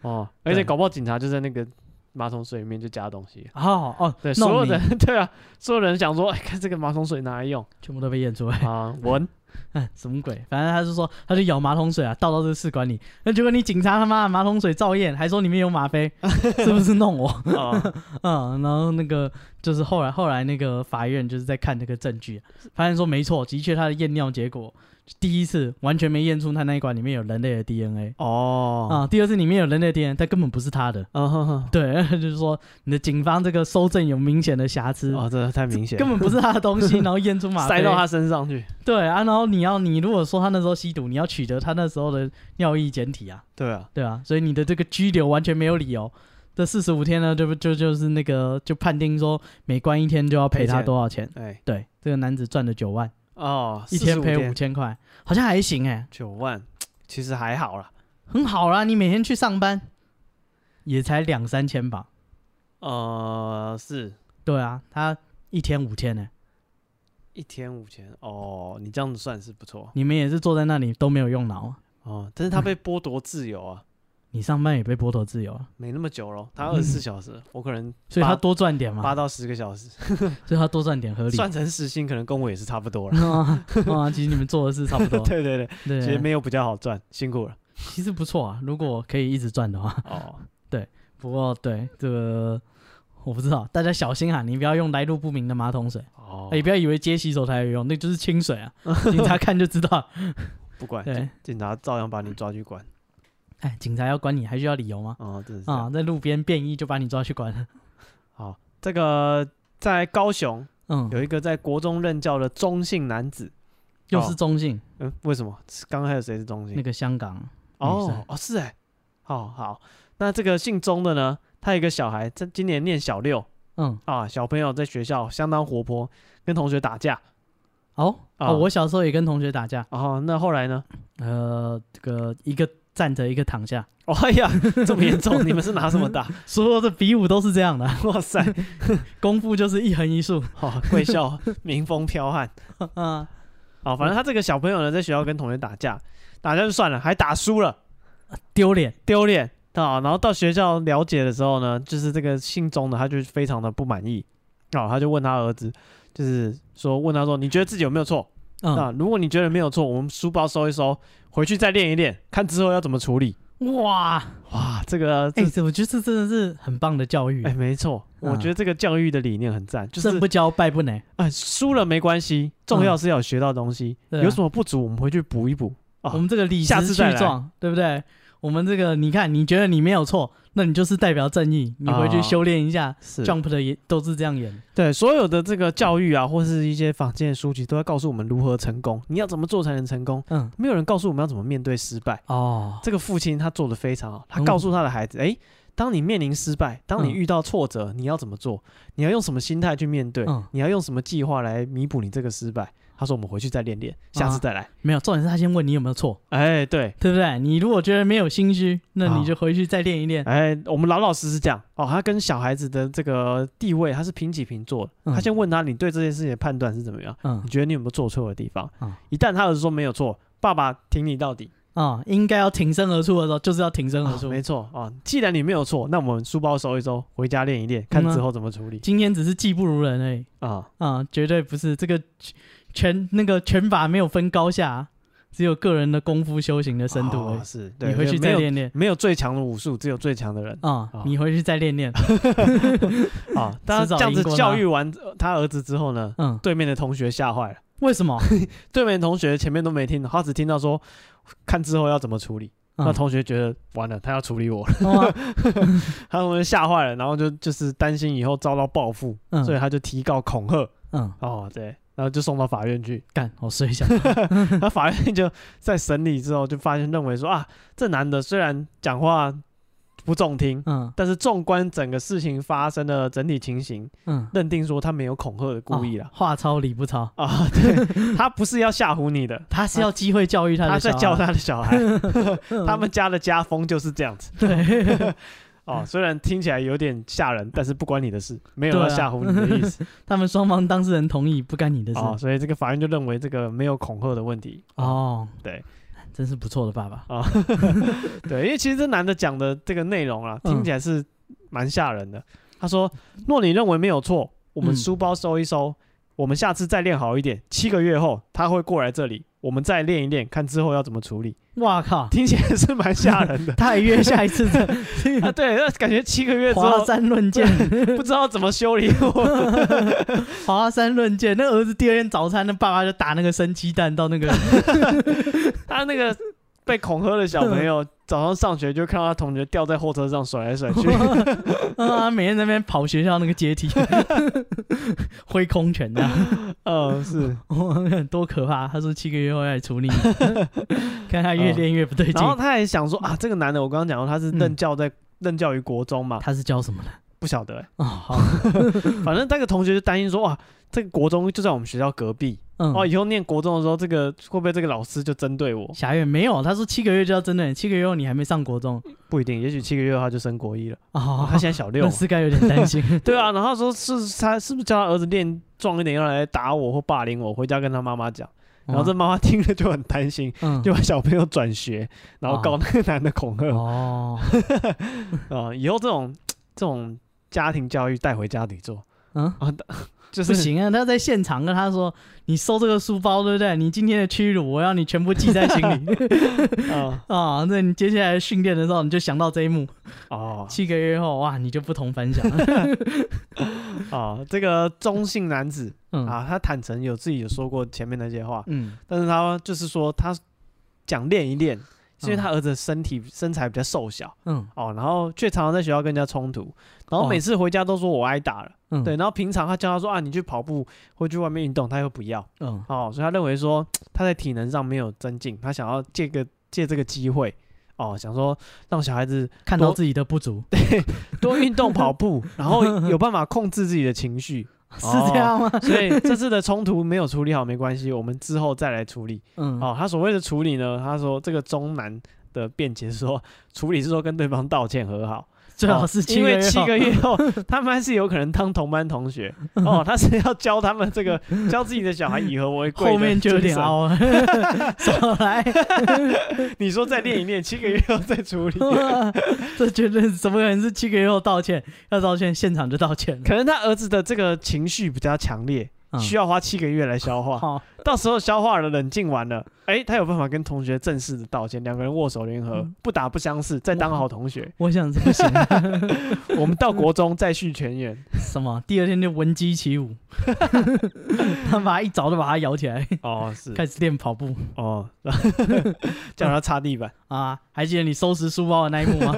S1: 哦，而且
S2: 对
S1: 搞不好警察就在那个马桶水里面就加东西。
S2: 哦哦，
S1: 对，
S2: 弄
S1: 所有
S2: 你
S1: 人 对啊，所有人想说，哎，看这个马桶水拿来用
S2: 全部都被验出来。
S1: 啊， 闻，
S2: 哎，什么鬼？反正他是说，他就舀马桶水啊，倒到这个试管里。那结果你警察他妈的马桶水照验，还说里面有 吗啡，是不是弄我？
S1: 啊，
S2: 嗯，然后那个就是后来后来那个法院就是在看这个证据，啊发现说没错，的确他的验尿结果第一次完全没验出他那一管里面有人类的 DNA
S1: 哦，
S2: 啊，第二次里面有人类的 DNA，但根本不是他的。
S1: 啊哼哼，
S2: 对，就是说你的警方这个搜证有明显的瑕疵。
S1: 哦，这太明显了，
S2: 根本不是他 的东西，然后验出吗啡，
S1: 塞到他身上去。
S2: 对啊，然后你要你如果说他那时候吸毒，你要取得他那时候的尿液检体啊，
S1: 对啊，
S2: 对啊，所以你的这个拘留完全没有理由。这四十五天呢，就不就就是那个就判定说每关一天就要赔
S1: 赔
S2: 他
S1: 钱
S2: 多少钱？
S1: 哎，
S2: 对，这个男子赚了九万，
S1: 哦，
S2: 一天赔
S1: 45
S2: 五千块，好像还行哎、
S1: 九万，其实还好啦。
S2: 很好啦。你每天去上班也才两三千吧？
S1: 呃，是
S2: 对啊，他一天五千呢、
S1: 一天五千哦，你这样子算是不错
S2: 你们也是坐在那里都没有用脑啊，
S1: 哦。但是他被剥夺自由啊，
S2: 你上班也被剥夺自由啊，
S1: 没那么久咯，他二十四小时，我可能
S2: 嗯所以他
S1: 八
S2: 多赚点嘛
S1: 八，到十个小时，
S2: 所以他多赚点合理。
S1: 算成时薪可能跟我也是差不 多了。
S2: 啊啊，其实你们做的事差不多，
S1: 对对对，
S2: 对，
S1: 其实没有比较好赚，辛 苦了。
S2: 其实不错啊，如果可以一直赚的话。
S1: 哦，
S2: 不过对这个我不知道，大家小心啊，你不要用来路不明的马桶水，
S1: 哦
S2: 哎，也不要以为接洗手台有用，那就是清水啊，警察看就知 道。
S1: 不管，
S2: 对，
S1: 警察照样把你抓去关。
S2: 哎，警察要管你还需要理由吗？
S1: 哦，真的是这样。
S2: 啊，在路边便衣就把你抓去管了。
S1: 好，这个在高雄
S2: 嗯，
S1: 有一个在国中任教的中性男子，
S2: 又是中性，
S1: 嗯，为什么？是刚刚还有谁是中性
S2: 那？个香港女
S1: 哦
S2: 生
S1: 哦是哎、哦好，那这个姓钟的呢，他有一个小孩，这今年念小六
S2: 嗯，
S1: 啊，小朋友在学校相当活泼，跟同学打架。
S2: 哦
S1: 啊
S2: 哦，我小时候也跟同学打架，
S1: 然、哦后那后来呢？
S2: 呃，这个一个站着一个躺下，
S1: 哦、哎呀，这么严重，你们是拿什么打？
S2: 所有的比武都是这样的，
S1: 哇塞，
S2: 功夫就是一横一竖。
S1: 哦，贵校民风剽悍。
S2: 啊，
S1: 好，反正他这个小朋友呢，在学校跟同学打架，打架就算了，还打输了，
S2: 丢脸
S1: 丢脸。啊，然后到学校了解的时候呢，就是这个姓钟的，他就非常的不满意，啊，他就问他儿子，就是说问他说，你觉得自己有没有错？那
S2: 啊！
S1: 如果你觉得没有错，我们书包收一收，回去再练一练，看之后要怎么处理。
S2: 哇，
S1: 哇，这个这
S2: 哎、这我觉得这真的是很棒的教育，
S1: 哎、没错，我觉得这个教育的理念很赞，就是
S2: 胜不骄，败不馁。
S1: 哎输了没关系，重要是要有学到东西，
S2: 嗯对啊
S1: 有什么不足我们回去补一补。哦
S2: 我们这个理
S1: 下
S2: 直
S1: 次
S2: 气
S1: 再来
S2: 壮，对不对？我们这个，你看，你觉得你没有错，那你就是代表正义，你回去
S1: 啊
S2: 修炼一下。
S1: 是
S2: Jump 的也都是这样演，
S1: 对所有的这个教育啊，或是一些坊间的书籍，都在告诉我们如何成功，你要怎么做才能成功。
S2: 嗯，
S1: 没有人告诉我们要怎么面对失败。
S2: 哦，
S1: 这个父亲他做的非常好，他
S2: 嗯
S1: 告诉他的孩子，哎、当你面临失败，当你
S2: 嗯
S1: 遇到挫折，你要怎么做？你要用什么心态去面对？
S2: 嗯，
S1: 你要用什么计划来弥补你这个失败？他说我们回去再练练，下
S2: 啊
S1: 次再来。
S2: 没有，重点是他先问你有没有错，
S1: 哎，对，
S2: 对不对？你如果觉得没有心虚，那
S1: 啊
S2: 你就回去再练一练。
S1: 哎，我们老老实实讲哦，他跟小孩子的这个地位他是平起平坐的。
S2: 嗯
S1: 他先问他，你对这件事情的判断是怎么样？
S2: 嗯
S1: 你觉得你有没有做错的地方？
S2: 嗯
S1: 一旦他儿子说没有错，爸爸挺你到底。
S2: 啊、应该要挺身而出的时候，就是要挺身而
S1: 啊
S2: 出。
S1: 没错啊、哦既然你没有错，那我们书包收一收，回家练一练，
S2: 嗯
S1: 看
S2: 啊
S1: 之后怎么处理
S2: 今天只是技不如人而已。
S1: 啊、
S2: 啊、绝对不是这个拳那个拳法没有分高下，啊只有个人的功夫修行的深度而已。
S1: 哦是，对，
S2: 你回去
S1: 没
S2: 再
S1: 有
S2: 练练
S1: 没有最强的武术，只有最强的人
S2: 啊、
S1: 哦
S2: 你回去再练练。
S1: 啊。他、
S2: 迟早
S1: 这样子
S2: 赢过他
S1: 教育完呃他儿子之后呢，
S2: 嗯，
S1: 对面的同学吓坏了。
S2: 为 什么？
S1: 对面同学前面都没听，他只听到说看之后要怎么处理。
S2: 嗯
S1: 那同学觉得完了，他要处理我了，
S2: 哦
S1: 他同学吓坏了，然后就就是担心以后遭到报复，
S2: 嗯
S1: 所以他就提告恐吓。
S2: 嗯，
S1: 哦，对，然后就送到法院 去。
S2: 干，我睡一 下。
S1: 那法院就在审理之后，就发现认为说啊，这男的虽然讲话不中听，
S2: 嗯
S1: 但是纵观整个事情发生的整体情形，
S2: 嗯，
S1: 认定说他没有恐吓的故意
S2: 哦
S1: 啦。
S2: 话糙理不糙，
S1: 啊，对，他不是要吓唬你的，
S2: 他是要机会教育他
S1: 啊他
S2: 的
S1: 在
S2: 小孩，
S1: 教
S2: 啊
S1: 他的小孩，
S2: 嗯
S1: 他们家的家风就是这样子。
S2: 对，
S1: 哦，虽然听起来有点吓人，但是不关你的事，没有
S2: 对
S1: 要
S2: 啊
S1: 吓唬你的意 思。
S2: 他们双方当事人同意，不干你的事。
S1: 哦，所以这个法院就认为这个没有恐吓的问 题。
S2: 哦，
S1: 对，
S2: 真是不错的爸爸。
S1: 啊，对，因为其实这男的讲的这个内容啊，
S2: 嗯
S1: 听起来是蛮吓人的。他说：“若你认为没有错，我们
S2: 嗯
S1: 书包收一收，我们下次再练好一点。七个月后他会过来这里，我们再练一练，看之后要怎么处理。
S2: 哇靠”，
S1: 听起来是蛮吓人 的
S2: 他也约下一次 这
S1: 啊！对，那感觉七个月之
S2: 华
S1: 后
S2: 山论剑，
S1: 不知道怎么修理我。
S2: 华山论剑。那儿子第二天早餐，那爸爸就打那个生鸡蛋到那 个，
S1: 他那个被恐吓的小朋友，早上上学就看到他同学掉在货车上甩来 甩去。
S2: 啊，每天在那边跑学校那个阶梯， 挥空拳的、
S1: 嗯， 是。
S2: 哇多可怕！他说七个月后要来处理你， 看他越练越不对劲
S1: 哦然。后他还想说啊，这个男的，我刚刚讲过他
S2: 嗯
S1: 是任教在、任教于国中嘛，
S2: 他是教什么的？
S1: 不晓得欸、
S2: 哦，好，
S1: 反正那个同学就担心说哇，啊这个国中就在我们学校隔壁，
S2: 嗯，
S1: 哦，以后念国中的时候，这个会不会这个老师就针对我？
S2: 霞月没有，他说七个月就要真的人，七个月后你还没上国中
S1: 不一定，也许七个月后他就升国一了，
S2: 哦
S1: 哦，他现在小六
S2: 那
S1: 嘛。
S2: 是该有点担心。
S1: 对啊，然后他说是他是不是叫他儿子练壮一点，要来打我或霸凌我？回家跟他妈妈
S2: 哦
S1: 讲， 然后这妈妈听了就很担心，
S2: 嗯
S1: 就把小朋友转学，然后告那个男的恐吓啊、
S2: 哦，
S1: 哦以后这种这种家庭教育带回家里做，
S2: 嗯，
S1: 就
S2: 不
S1: 是
S2: 行啊！他在现场跟他说：“你收这个书包，对不对？你今天的屈辱，我要你全部记在心 里
S1: 啊、
S2: 啊！那你接下来训练的时候，你就想到这一幕。
S1: 哦
S2: 七个月后，哇，你就不同凡 响了。
S1: 哦，这个中性男子
S2: 嗯
S1: 啊，他坦诚有自己有说过前面那些话，
S2: 嗯
S1: 但是他就是说他讲练一练，是因为他儿子身体身材比较瘦小
S2: 嗯
S1: 哦，然后却常常在学校跟人家冲突，然后每次回家都说我挨打了，
S2: 哦嗯，
S1: 对，然后平常他教他说啊，你去跑步或去外面运动，他又不要
S2: 嗯
S1: 哦，所以他认为说他在体能上没有增进，他想要借个借这个机会。哦，想说让小孩子
S2: 看到自己的不足，
S1: 多运动跑步，然后有办法控制自己的情绪， 哦
S2: 是这样吗？
S1: 所以这次的冲突没有处理好没关系，我们之后再来处理。
S2: 嗯
S1: 哦，他所谓的处理呢，他说这个中南的辩解是说，处理是说跟对方道歉和好，
S2: 最好是
S1: 哦
S2: 七
S1: 因
S2: 个
S1: 为
S2: 月
S1: 七
S2: 后
S1: 个月后他们还是有可能当同班同 学哦，他是要教他们这个教自己的小孩以和为贵的
S2: 后面就有
S1: 精
S2: 点
S1: 神。
S2: 凹了， 少来，
S1: 你说再练一练，七个月后再处 理，
S2: 这绝对怎么可能是七个月后道歉？要道歉，现场就道歉了。
S1: 可能他儿子的这个情绪比较强烈，
S2: 嗯
S1: 需要啊花七个月来消化。
S2: 好，
S1: 到时候消化了、冷静完了，哎、他有办法跟同学正式的道歉，两个人握手联合，
S2: 嗯
S1: 不打不相识，再当好同 学。
S2: 我想是不行。
S1: 我们到国中再续前 缘。
S2: 什么？第二天就闻鸡起舞，他把他一早就把他摇起来，
S1: 哦，是
S2: 开始练跑步
S1: 哦， 然后叫他擦地板
S2: 啊！还记得你收拾书包的那一幕吗？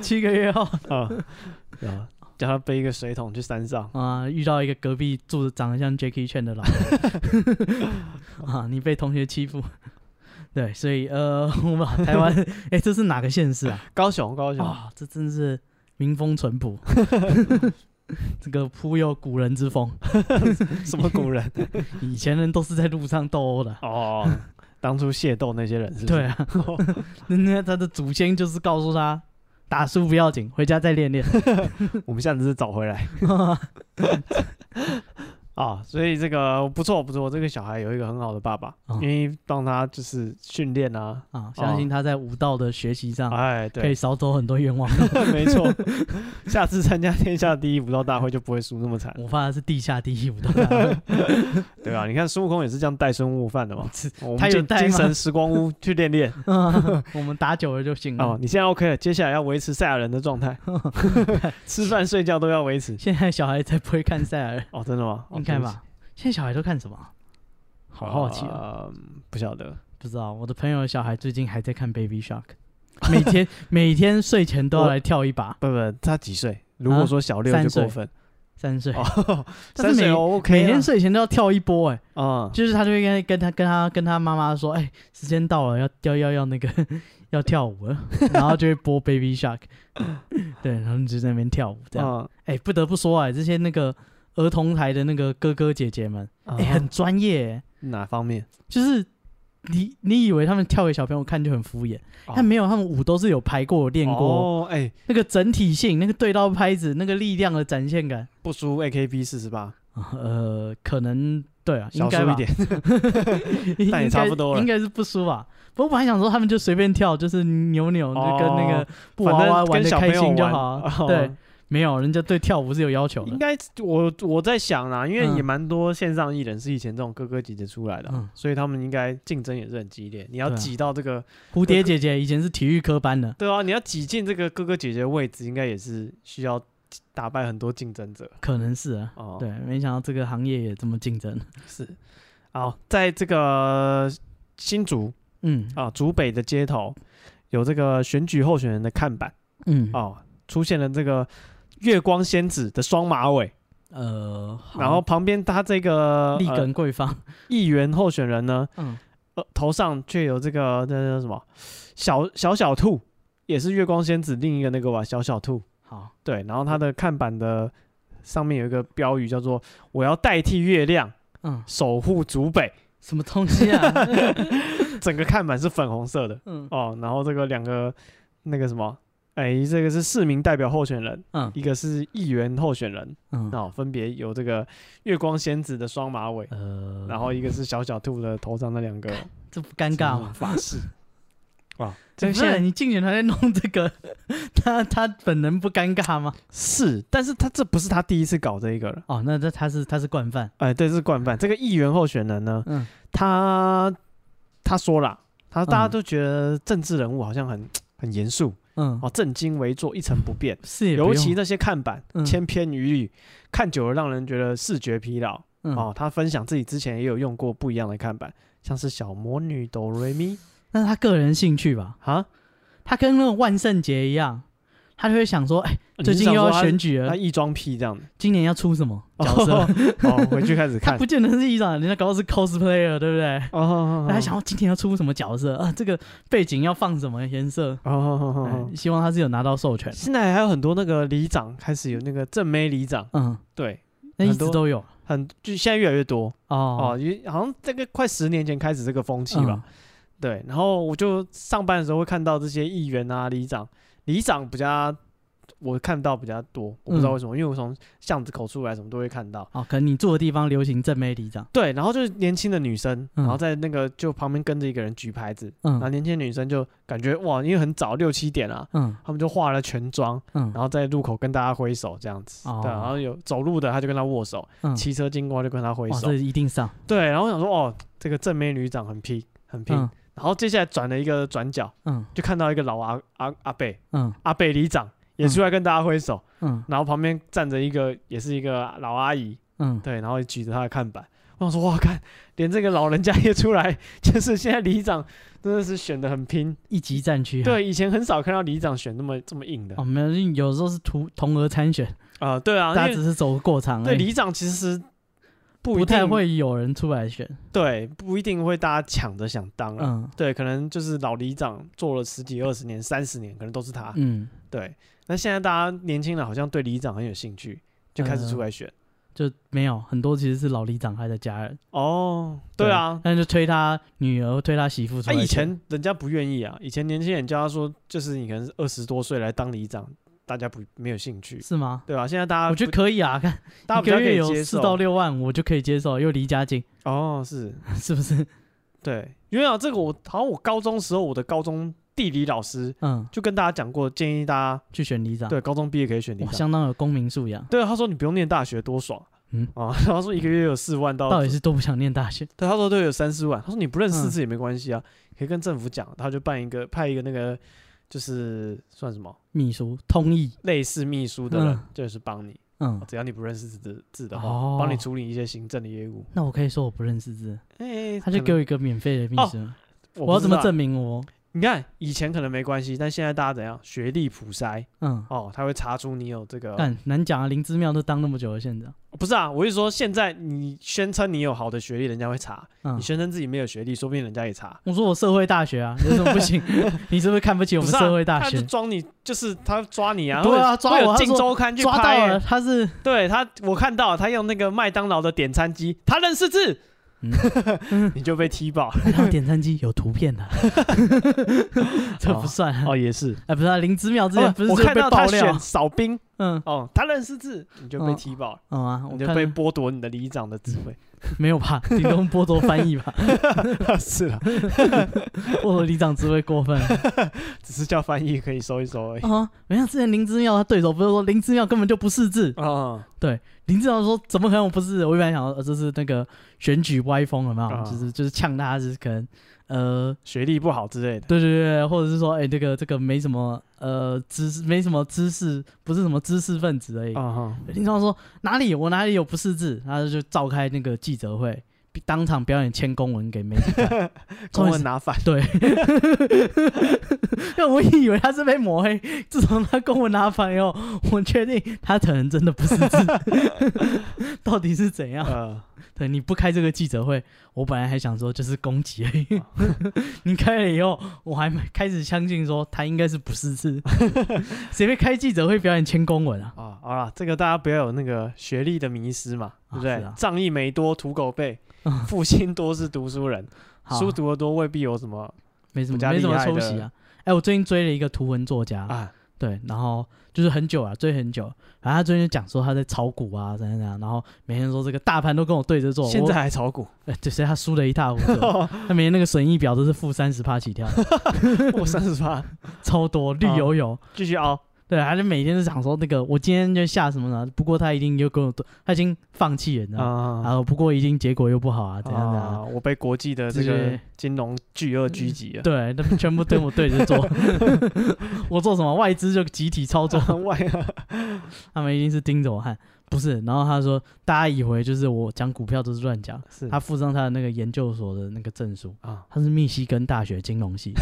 S2: 七个月后
S1: 啊，啊，叫他背一个水桶去山上。
S2: 啊，遇到一个隔壁住的长得像 Jackie Chan 的老人啊，你被同学欺负。对，所以呃，我们台湾，哎、这是哪个县市啊？
S1: 高雄，高雄，
S2: 啊，这真是民风淳朴，这个颇有古人之风。
S1: 什么古 人？
S2: 以前人都是在路上斗殴的，
S1: 哦，当初械斗那些人是不是？哦
S2: 对啊， 人家他的祖先就是告诉他，打输不要紧，回家再练练。
S1: 我们下次找回来啊。所以这个不错不错，这个小孩有一个很好的爸爸，
S2: 哦
S1: 愿意帮他就是训练啊。
S2: 啊，相信他在武道的学习上
S1: 哎，
S2: 可
S1: 对
S2: 以，少走很 多冤枉。
S1: 没错，下次参加天下第一武道大会就不会输那么惨，
S2: 我怕他是地下第一武道大 会，
S1: 对吧、你看孙悟空也是这样带孙悟饭的嘛，我们
S2: 他有
S1: 就
S2: 带吗
S1: 精神时光屋去练 练
S2: 嗯我们打久了就行
S1: 哦
S2: 了。。
S1: 你现在 OK 了，接下来要维持赛亚人的状 态，吃饭睡觉都要维持。
S2: 现在小孩才不会看赛尔，
S1: 哦，真的吗？哦
S2: 应该，吧？现在小孩都看什么？
S1: 对不
S2: 好
S1: 起
S2: 好奇啊，
S1: 呃不晓得，
S2: 不知道。我的朋友的小孩最近还在看 Baby Shark，每天每天睡前都要来跳一把。
S1: 不不，他几岁？如果说小六
S2: 啊三
S1: 就
S2: 岁
S1: 过分
S2: 三岁，
S1: 哦，
S2: 但
S1: 三
S2: 是
S1: 岁
S2: 每
S1: 哦 OK，
S2: 每天
S1: 是
S2: 睡前都要跳一波哎、
S1: 啊，
S2: 就是他就会跟跟他跟他跟他妈妈说，哎、时间到了，要要要要那个 要跳舞了，然后就会播 Baby Shark，对，然后你就在那边跳舞这样。
S1: 嗯
S2: 哎、不得不说哎、这些那个儿童台的那个哥哥姐姐们，
S1: 啊
S2: 哎、很专业、哎
S1: 哪方面？
S2: 就是你你以为他们跳给小朋友看就很敷衍，
S1: 哦
S2: 但没有，他们舞都是有排过、有练过，
S1: 哦，哎，
S2: 那个整体性、那个对到拍子、那个力量的展现感，
S1: 不输 AKB 四十八，
S2: 呃，可能对啊，应
S1: 小
S2: 该
S1: 输
S2: 吧
S1: 一点，
S2: 应
S1: 但也差不多了
S2: 应该是不输吧。不过我本来想说他们就随便跳，就是扭扭，
S1: 哦
S2: 就跟那个布娃
S1: 反正
S2: 娃玩
S1: 跟
S2: 的
S1: 小朋
S2: 开
S1: 友
S2: 心就
S1: 玩
S2: 好啊。
S1: 哦
S2: 对，没有，人家对跳舞是有要求
S1: 应
S2: 的。
S1: 该我我在想啦，因为
S2: 嗯
S1: 也蛮多线上艺人是以前这种哥哥姐姐出来的啊，
S2: 嗯
S1: 所以他们应该竞争也是很激烈。你要
S2: 对啊
S1: 挤到这个，
S2: 蝴蝶姐姐以前是体育科班的，
S1: 对啊，你要挤进这个哥哥姐姐的位置，应该也是需要打败很多竞争者
S2: 可能是啊。
S1: 哦。，
S2: 对，没想到这个行业也这么竞争。
S1: 是。好，在这个新竹
S2: 嗯
S1: 啊，竹北的街头有这个选举候选人的看板
S2: 嗯
S1: 哦，出现了这个月光仙子的双马尾，
S2: 呃，好
S1: 然后旁边他这个
S2: 立
S1: 呃
S2: 根贵方，
S1: 议员候选人呢，
S2: 嗯，
S1: 呃，头上却有这个这叫什么小小小兔，也是月光仙子另一个那个吧，小小兔。
S2: 好，
S1: 对，然后它的看板的上面有一个标语叫做“我要代替月亮
S2: 嗯，
S1: 守护竹北
S2: 什么东西啊？”，
S1: 整个看板是粉红色的
S2: 嗯
S1: 哦。然后这个两个那个什么，哎，这个是市民代表候选人，
S2: 嗯
S1: 一个是议员候选人，
S2: 嗯，
S1: 哦，分别有这个月光仙子的双马尾，
S2: 呃，
S1: 然后一个是小小兔的头上那两个
S2: 这不尴尬吗？
S1: 法式。哇，这
S2: 这不
S1: 现在
S2: 是你竞选团在弄这个， 他他本人不尴尬吗？
S1: 是，但是他这不是他第一次搞这一个了。
S2: 哦，那这他是他是惯犯，
S1: 哎，对，这是惯犯。这个议员候选人呢，
S2: 嗯
S1: 他他说了，他大家
S2: 嗯
S1: 都觉得政治人物好像很很严肃，
S2: 嗯，
S1: 哦，正襟危坐，一成不变。
S2: 是也不
S1: 尤
S2: 用
S1: 其那些看板
S2: 嗯
S1: 千篇一律，看久了让人觉得视觉疲劳。
S2: 嗯
S1: 哦，他分享自己之前也有用过不一样的看板，像是小魔女哆瑞咪
S2: 那是他个人兴趣吧，
S1: 啊，
S2: 他跟那个万圣节一样，他就会想说，哎，
S1: 哦你
S2: 最
S1: 是
S2: 近
S1: 想
S2: 又要
S1: 说他
S2: 选举
S1: 他
S2: 了，
S1: 异装癖这样的
S2: 今年要出什么角色？
S1: 哦，回去开始
S2: 他
S1: 看
S2: 不。见得是议长，人家搞到是 cosplayer，对不对？
S1: 哦哦哦，哦
S2: 大家想要今天要出什么角色啊？这个背景要放什么颜色？
S1: 哦哦哦哦哦
S2: 哎，希望他是有拿到授权。
S1: 现在还有很多那个里长开始有那个正妹里长，
S2: 嗯，
S1: 对，
S2: 那一
S1: 很
S2: 直
S1: 多
S2: 都有
S1: 很就现在越来越多
S2: 哦
S1: 哦，因为好像这个快十年前开始这个风气
S2: 嗯
S1: 吧，对。然后我就上班的时候会看到这些议员啊、里长，里长比较我看到比较多，我不知道为什么，因为我从巷子口出来，什么都会看到。
S2: 哦，可能你住的地方流行正妹里长，
S1: 对，然后就是年轻的女生，
S2: 嗯
S1: 然后在那个就旁边跟着一个人举牌子，然后
S2: 嗯
S1: 年轻的女生就感觉哇，因为很早六七点啊，
S2: 嗯
S1: 他们就化了全妆，
S2: 嗯
S1: 然后在路口跟大家挥手这样子，
S2: 哦
S1: 对，啊然后有走路的他就跟他握手，
S2: 嗯，
S1: 骑车经过就跟他挥
S2: 哇，
S1: 手
S2: 哦这，一定上，
S1: 对，然后我想说哦，这个正妹旅长很拼，很拼。
S2: 嗯
S1: 然后接下来转了一个转角，
S2: 嗯
S1: 就看到一个老阿阿阿贝
S2: 嗯
S1: 阿贝里长也出来跟大家挥手，
S2: 嗯
S1: 然后旁边站着一个也是一个老阿姨，
S2: 嗯，
S1: 对，然后也举着她的看板。我想说哇，看连这个老人家也出来，就是 现在里长真的是选的很拼。
S2: 一级战区啊。
S1: 对，以前很少看到里长选那么这么硬的
S2: 哦，
S1: 啊、
S2: 没有，有时候是同同额参选，
S1: 对啊，
S2: 大家
S1: 因
S2: 只
S1: 为
S2: 是走个过场而
S1: 对
S2: 已，
S1: 里长其实不
S2: 不
S1: 一定
S2: 太，会有人出来选。
S1: 对，不一定会大家抢着想当啊。
S2: 嗯
S1: 对，可能就是老里长做了十几、二十年、三十年，可能都是他。
S2: 嗯，
S1: 对，那现在大家年轻人好像对里长很有兴趣，就开
S2: 嗯
S1: 始出来选。
S2: 就没有很多其实是老里长害的家人，
S1: 哦，对啊，
S2: 但就推他女儿、推他媳妇出
S1: 他、啊
S2: 来选。
S1: 以前人家不愿意啊，以前年轻人叫他说，就是你可能是二十多岁来当里长，大家不没有兴趣，
S2: 是吗？
S1: 对吧、现在大家
S2: 我觉得
S1: 不
S2: 可以啊，看
S1: 大家
S2: 一
S1: 比较
S2: 个
S1: 可
S2: 月
S1: 以
S2: 有
S1: 接
S2: 四
S1: 受。
S2: 到六万，我就可以接受，又离家近，
S1: 哦，是
S2: 是不是？
S1: 对，因为啊，这个我好像我高中时候我的高中地理老师
S2: 嗯，
S1: 就跟大家讲过，建议大家
S2: 去选里长，
S1: 对高中毕业可以选里
S2: 啊哇，
S1: 长。
S2: 相当有公民素养。
S1: 对，他说你不用念大学多爽，
S2: 嗯
S1: 啊，然后说一个月有四万到，
S2: 到底是多不想念大学？
S1: 对，他说都有三四万，他说你不认识
S2: 嗯
S1: 字也没关系啊，可以跟政府讲，他就办一个派一个那个就是算什么
S2: 秘书通译，
S1: 类似秘书的人，
S2: 嗯
S1: 就是帮你，
S2: 嗯，
S1: 只要你不认识字字的话，
S2: 哦
S1: 帮你处理一些行政的业务。
S2: 那我可以说我不认识字，
S1: 哎、
S2: 他就
S1: 可能
S2: 给我一个免费的秘书，
S1: 哦我
S2: 我要
S1: 不知
S2: 怎么
S1: 道
S2: 证明我
S1: 你看以前可能没关系，但现在大家怎样学历普筛
S2: 嗯，
S1: 哦，他会查出你有这个。
S2: 但难讲啊，林之妙都当那么久了，县长，
S1: 不是啊，我是说现在你宣称你有好的学历，人家会查；
S2: 嗯
S1: 你，宣称自己没有学历，说不定人家也查。
S2: 我说我社会大学啊，有什么不 行？你是不是看不起我
S1: 不
S2: 们
S1: 是啊
S2: 社会大
S1: 他就
S2: 学？
S1: 装你，就是他抓你啊，
S2: 对啊
S1: 会
S2: 抓
S1: 会有
S2: 我他
S1: 《
S2: 说
S1: 镜周刊》去
S2: 抓到
S1: 拍欸
S2: 了，他是
S1: 对他，我看到他用那个麦当劳的点餐机，他认识字，
S2: 嗯
S1: 你就被踢爆
S2: 然后哎点餐机有图片 的，这不算 啊。
S1: 哦，也是。
S2: 哎，不是啊，林之妙之前
S1: 哦
S2: 不是
S1: 我看
S2: 被
S1: 到
S2: 爆
S1: 他选
S2: 料？啊
S1: 扫冰
S2: 嗯，
S1: 哦，他认识字，你就被
S2: 嗯
S1: 踢爆，
S2: 哦啊，我
S1: 你就
S2: 看
S1: 被剥夺你的里长的职位。
S2: 没有吧？顶多剥夺翻译吧， 哦
S1: 是了，
S2: 剥夺里长职位过分
S1: 哎
S2: 了。
S1: 只是叫翻译可以收一收而已。
S2: 哦，没想到之前林之妙他对手不是说林之妙根本就不识字，
S1: 啊，
S2: 林志尧说：“怎么可能我不是？我一般想到，呃，这是那个选举歪风，有没有？
S1: 啊
S2: 就是就是呛他，就是可能，呃，
S1: 学历不好之类的。
S2: 对对对，或者是说，哎、这个这个没什么，呃，知识没什么知识，不是什么知识分子而已。
S1: 啊哈，
S2: 林志尧说：“哪里我哪里有不识字？”然后就召开那个记者会，当场表演签公文给媒体 看。
S1: 中
S2: 中
S1: 文
S2: 文
S1: 拿反，
S2: 对，因为我以为他是被抹黑，自从他公文拿反以后，我确定他可能真的不识字， 到底是哦怎样？
S1: 呃，
S2: 对，你不开这个记者会，我本来还想说就是攻击而已。
S1: 哦
S2: 你开了以后，我还没开始相信说他应该是不 识字。谁会开记者会表演签公文啊？
S1: 啊，好了，这个大家不要有那个学历的迷失嘛，对不
S2: 啊是
S1: 对
S2: 啊？
S1: 仗义没多，土狗 背
S2: 嗯；
S1: 负心多是读书人，
S2: 好
S1: 书读得多未必有什么
S2: 没什
S1: 比
S2: 么
S1: 较
S2: 没什
S1: 厉
S2: 么
S1: 害
S2: 抄
S1: 的
S2: 袭啊。哎、我最近追了一个图文作家，
S1: 啊。
S2: 对，然后就是很久啊，追很久。然后他最近就讲说他在炒股啊，怎样怎样，然后每天说这个大盘都跟我对着做。
S1: 现
S2: 我
S1: 在还炒股，
S2: 哎对，所以他输的一塌糊涂。 他每天那个损益表都是负三十趴起跳，
S1: 我三十八，
S2: 超多绿
S1: 啊
S2: 油油。
S1: 继续 熬。
S2: 对，啊他就每天都想说那个我今天就下什么呢？不过他一定又跟我对，他已经放弃了，你知道吗？然
S1: 啊
S2: 后不过一定结果又不好啊，怎样怎样啊。
S1: 啊！我被国际的这
S2: 这
S1: 个
S2: 些
S1: 金融巨鳄狙击了。
S2: 对，他们全部跟我对着做， 我做什么外资就集体操作，
S1: 外啊，
S2: 他们一定是盯着我看，不是。然后他说，大家以为就是我讲股票都是乱讲，
S1: 是
S2: 他附上他的那个研究所的那个证书，
S1: 啊，
S2: 他是密西根大学金 融系，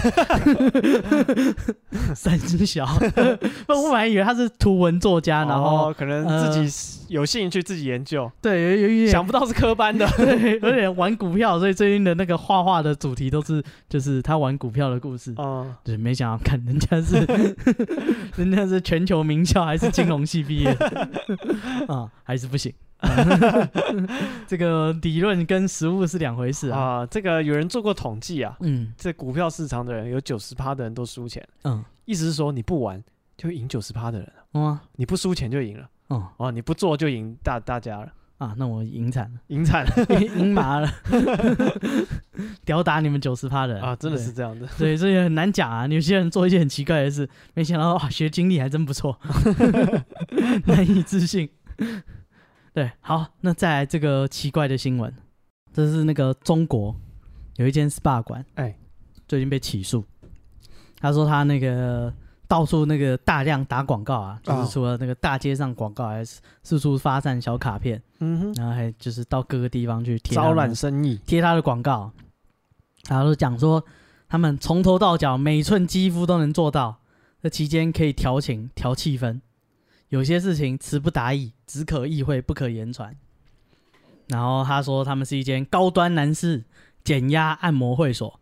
S2: 三只小， 我本来以为他是图文作家，然后、
S1: 哦可能自己有兴趣自己研究，
S2: 对有有一点
S1: 想不到是科班的
S2: 对，有点玩股票，所以最近的那个画画的主题都是就是他玩股票的故事。
S1: 哦，
S2: 对，没想到看人家是， 人家是全球名校还是金融 系毕业的啊，还是不行。这个理论跟实物是两回事啊。
S1: 啊，这个有人做过统计啊，
S2: 嗯
S1: 这股票市场的人有九十趴的人都输钱，
S2: 嗯，
S1: 意思是说你不玩就赢九十趴的人，
S2: 哇、啊、
S1: 你不输钱就赢了，
S2: 哦
S1: 哦，你不做就赢大大家了，
S2: 啊，那我赢惨了，
S1: 赢惨
S2: 赢 麻了，吊打你们九十趴的人
S1: 啊，真的
S2: 对
S1: 是这样的，
S2: 对，这也很难讲啊。有些人做一些很奇怪的事，没想到哇，学经历还真不 错，难以置信。对，好，那再来这个奇怪的新闻，这是那个中国有一间 SPA 馆，
S1: 哎
S2: 最近被起诉，他说他那个到处那个大量打广告啊，就
S1: 哦
S2: 是除了那个大街上广告，还是四处发散小卡片，
S1: 嗯哼，
S2: 然后还就是到各个地方去贴他
S1: 招
S2: 们
S1: 揽生意
S2: 贴他的广告，然后就讲说他们从头到脚每寸肌肤都能做到，这期间可以调情调气氛，有些事情词不达意，只可意会不可言传。然后他说他们是一间高端男士减压按摩会所，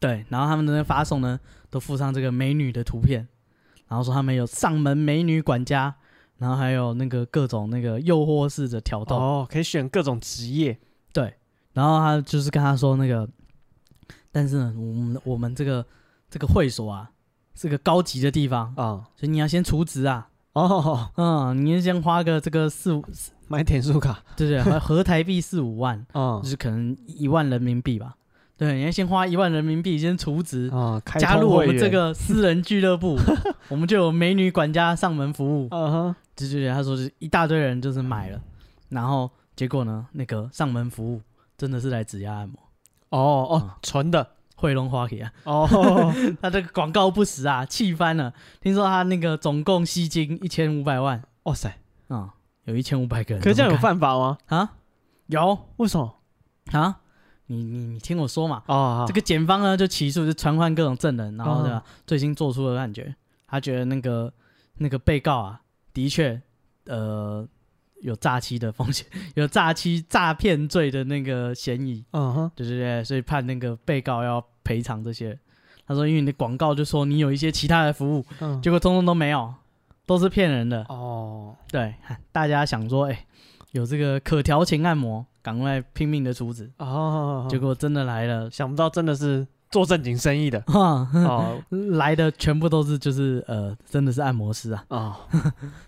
S2: 对，然后他们的那发送呢都附上这个美女的图片，然后说他们有上门美女管家，然后还有那个各种那个诱惑式的挑逗。
S1: 哦，可以选各种职业，
S2: 然后他就是跟他说那个，但是呢，我们我们这个这个会所啊，是个高级的地方，
S1: 啊、
S2: 所以你要先除职啊，
S1: 哦，
S2: 嗯，你要先花个这个四五，四
S1: 买点数卡，
S2: 对对，合合台币四五万，
S1: 啊、
S2: 就
S1: 嗯、
S2: 是可能一万人民币吧，对，你要先花一万人民币先除职，
S1: 啊、开
S2: 加
S1: 通
S2: 入我
S1: 会
S2: 们这
S1: 员，
S2: 个私人俱乐 部，我们就有美女管家上门服务，
S1: 嗯哼，
S2: 对对对，他说是一大堆人就是买了，然后结果呢，那个上门服务真的是来指压按摩，
S1: 哦哦
S2: 啊，
S1: 纯的，
S2: 汇龙花给啊。
S1: 哦，
S2: 他这个广告不实啊，气翻了。听说他那个总共吸金一千五百万
S1: 哇塞，
S2: 啊、有一千五百个人。
S1: 可是这样有
S2: 怎么
S1: 犯法吗？
S2: 看啊？有
S1: 为什么？
S2: 啊？你你你听我说嘛，
S1: 哦，
S2: 这个检方呢就起诉，就传唤各种证人，然后
S1: 哦
S2: 呢最新做出的判决，他觉得那个那个被告啊，的确呃有诈欺的风险， 有诈欺诈骗罪的那个嫌疑，
S1: 嗯哼，
S2: 对对对，所以判那个被告要赔偿这些。他说，因为你的广告就说你有一些其他的服务，
S1: 嗯，
S2: 结果通通都没有，都是骗人的。
S1: 哦，
S2: 对， 大家想说，哎、有这个可调情按摩，赶快拼命的阻止。
S1: 哦，
S2: 结果真的来了，
S1: 想不到真的是做正经生意的
S2: 哇，
S1: 哦
S2: 来的全部都是就是呃，真的是按摩师啊，
S1: 哦，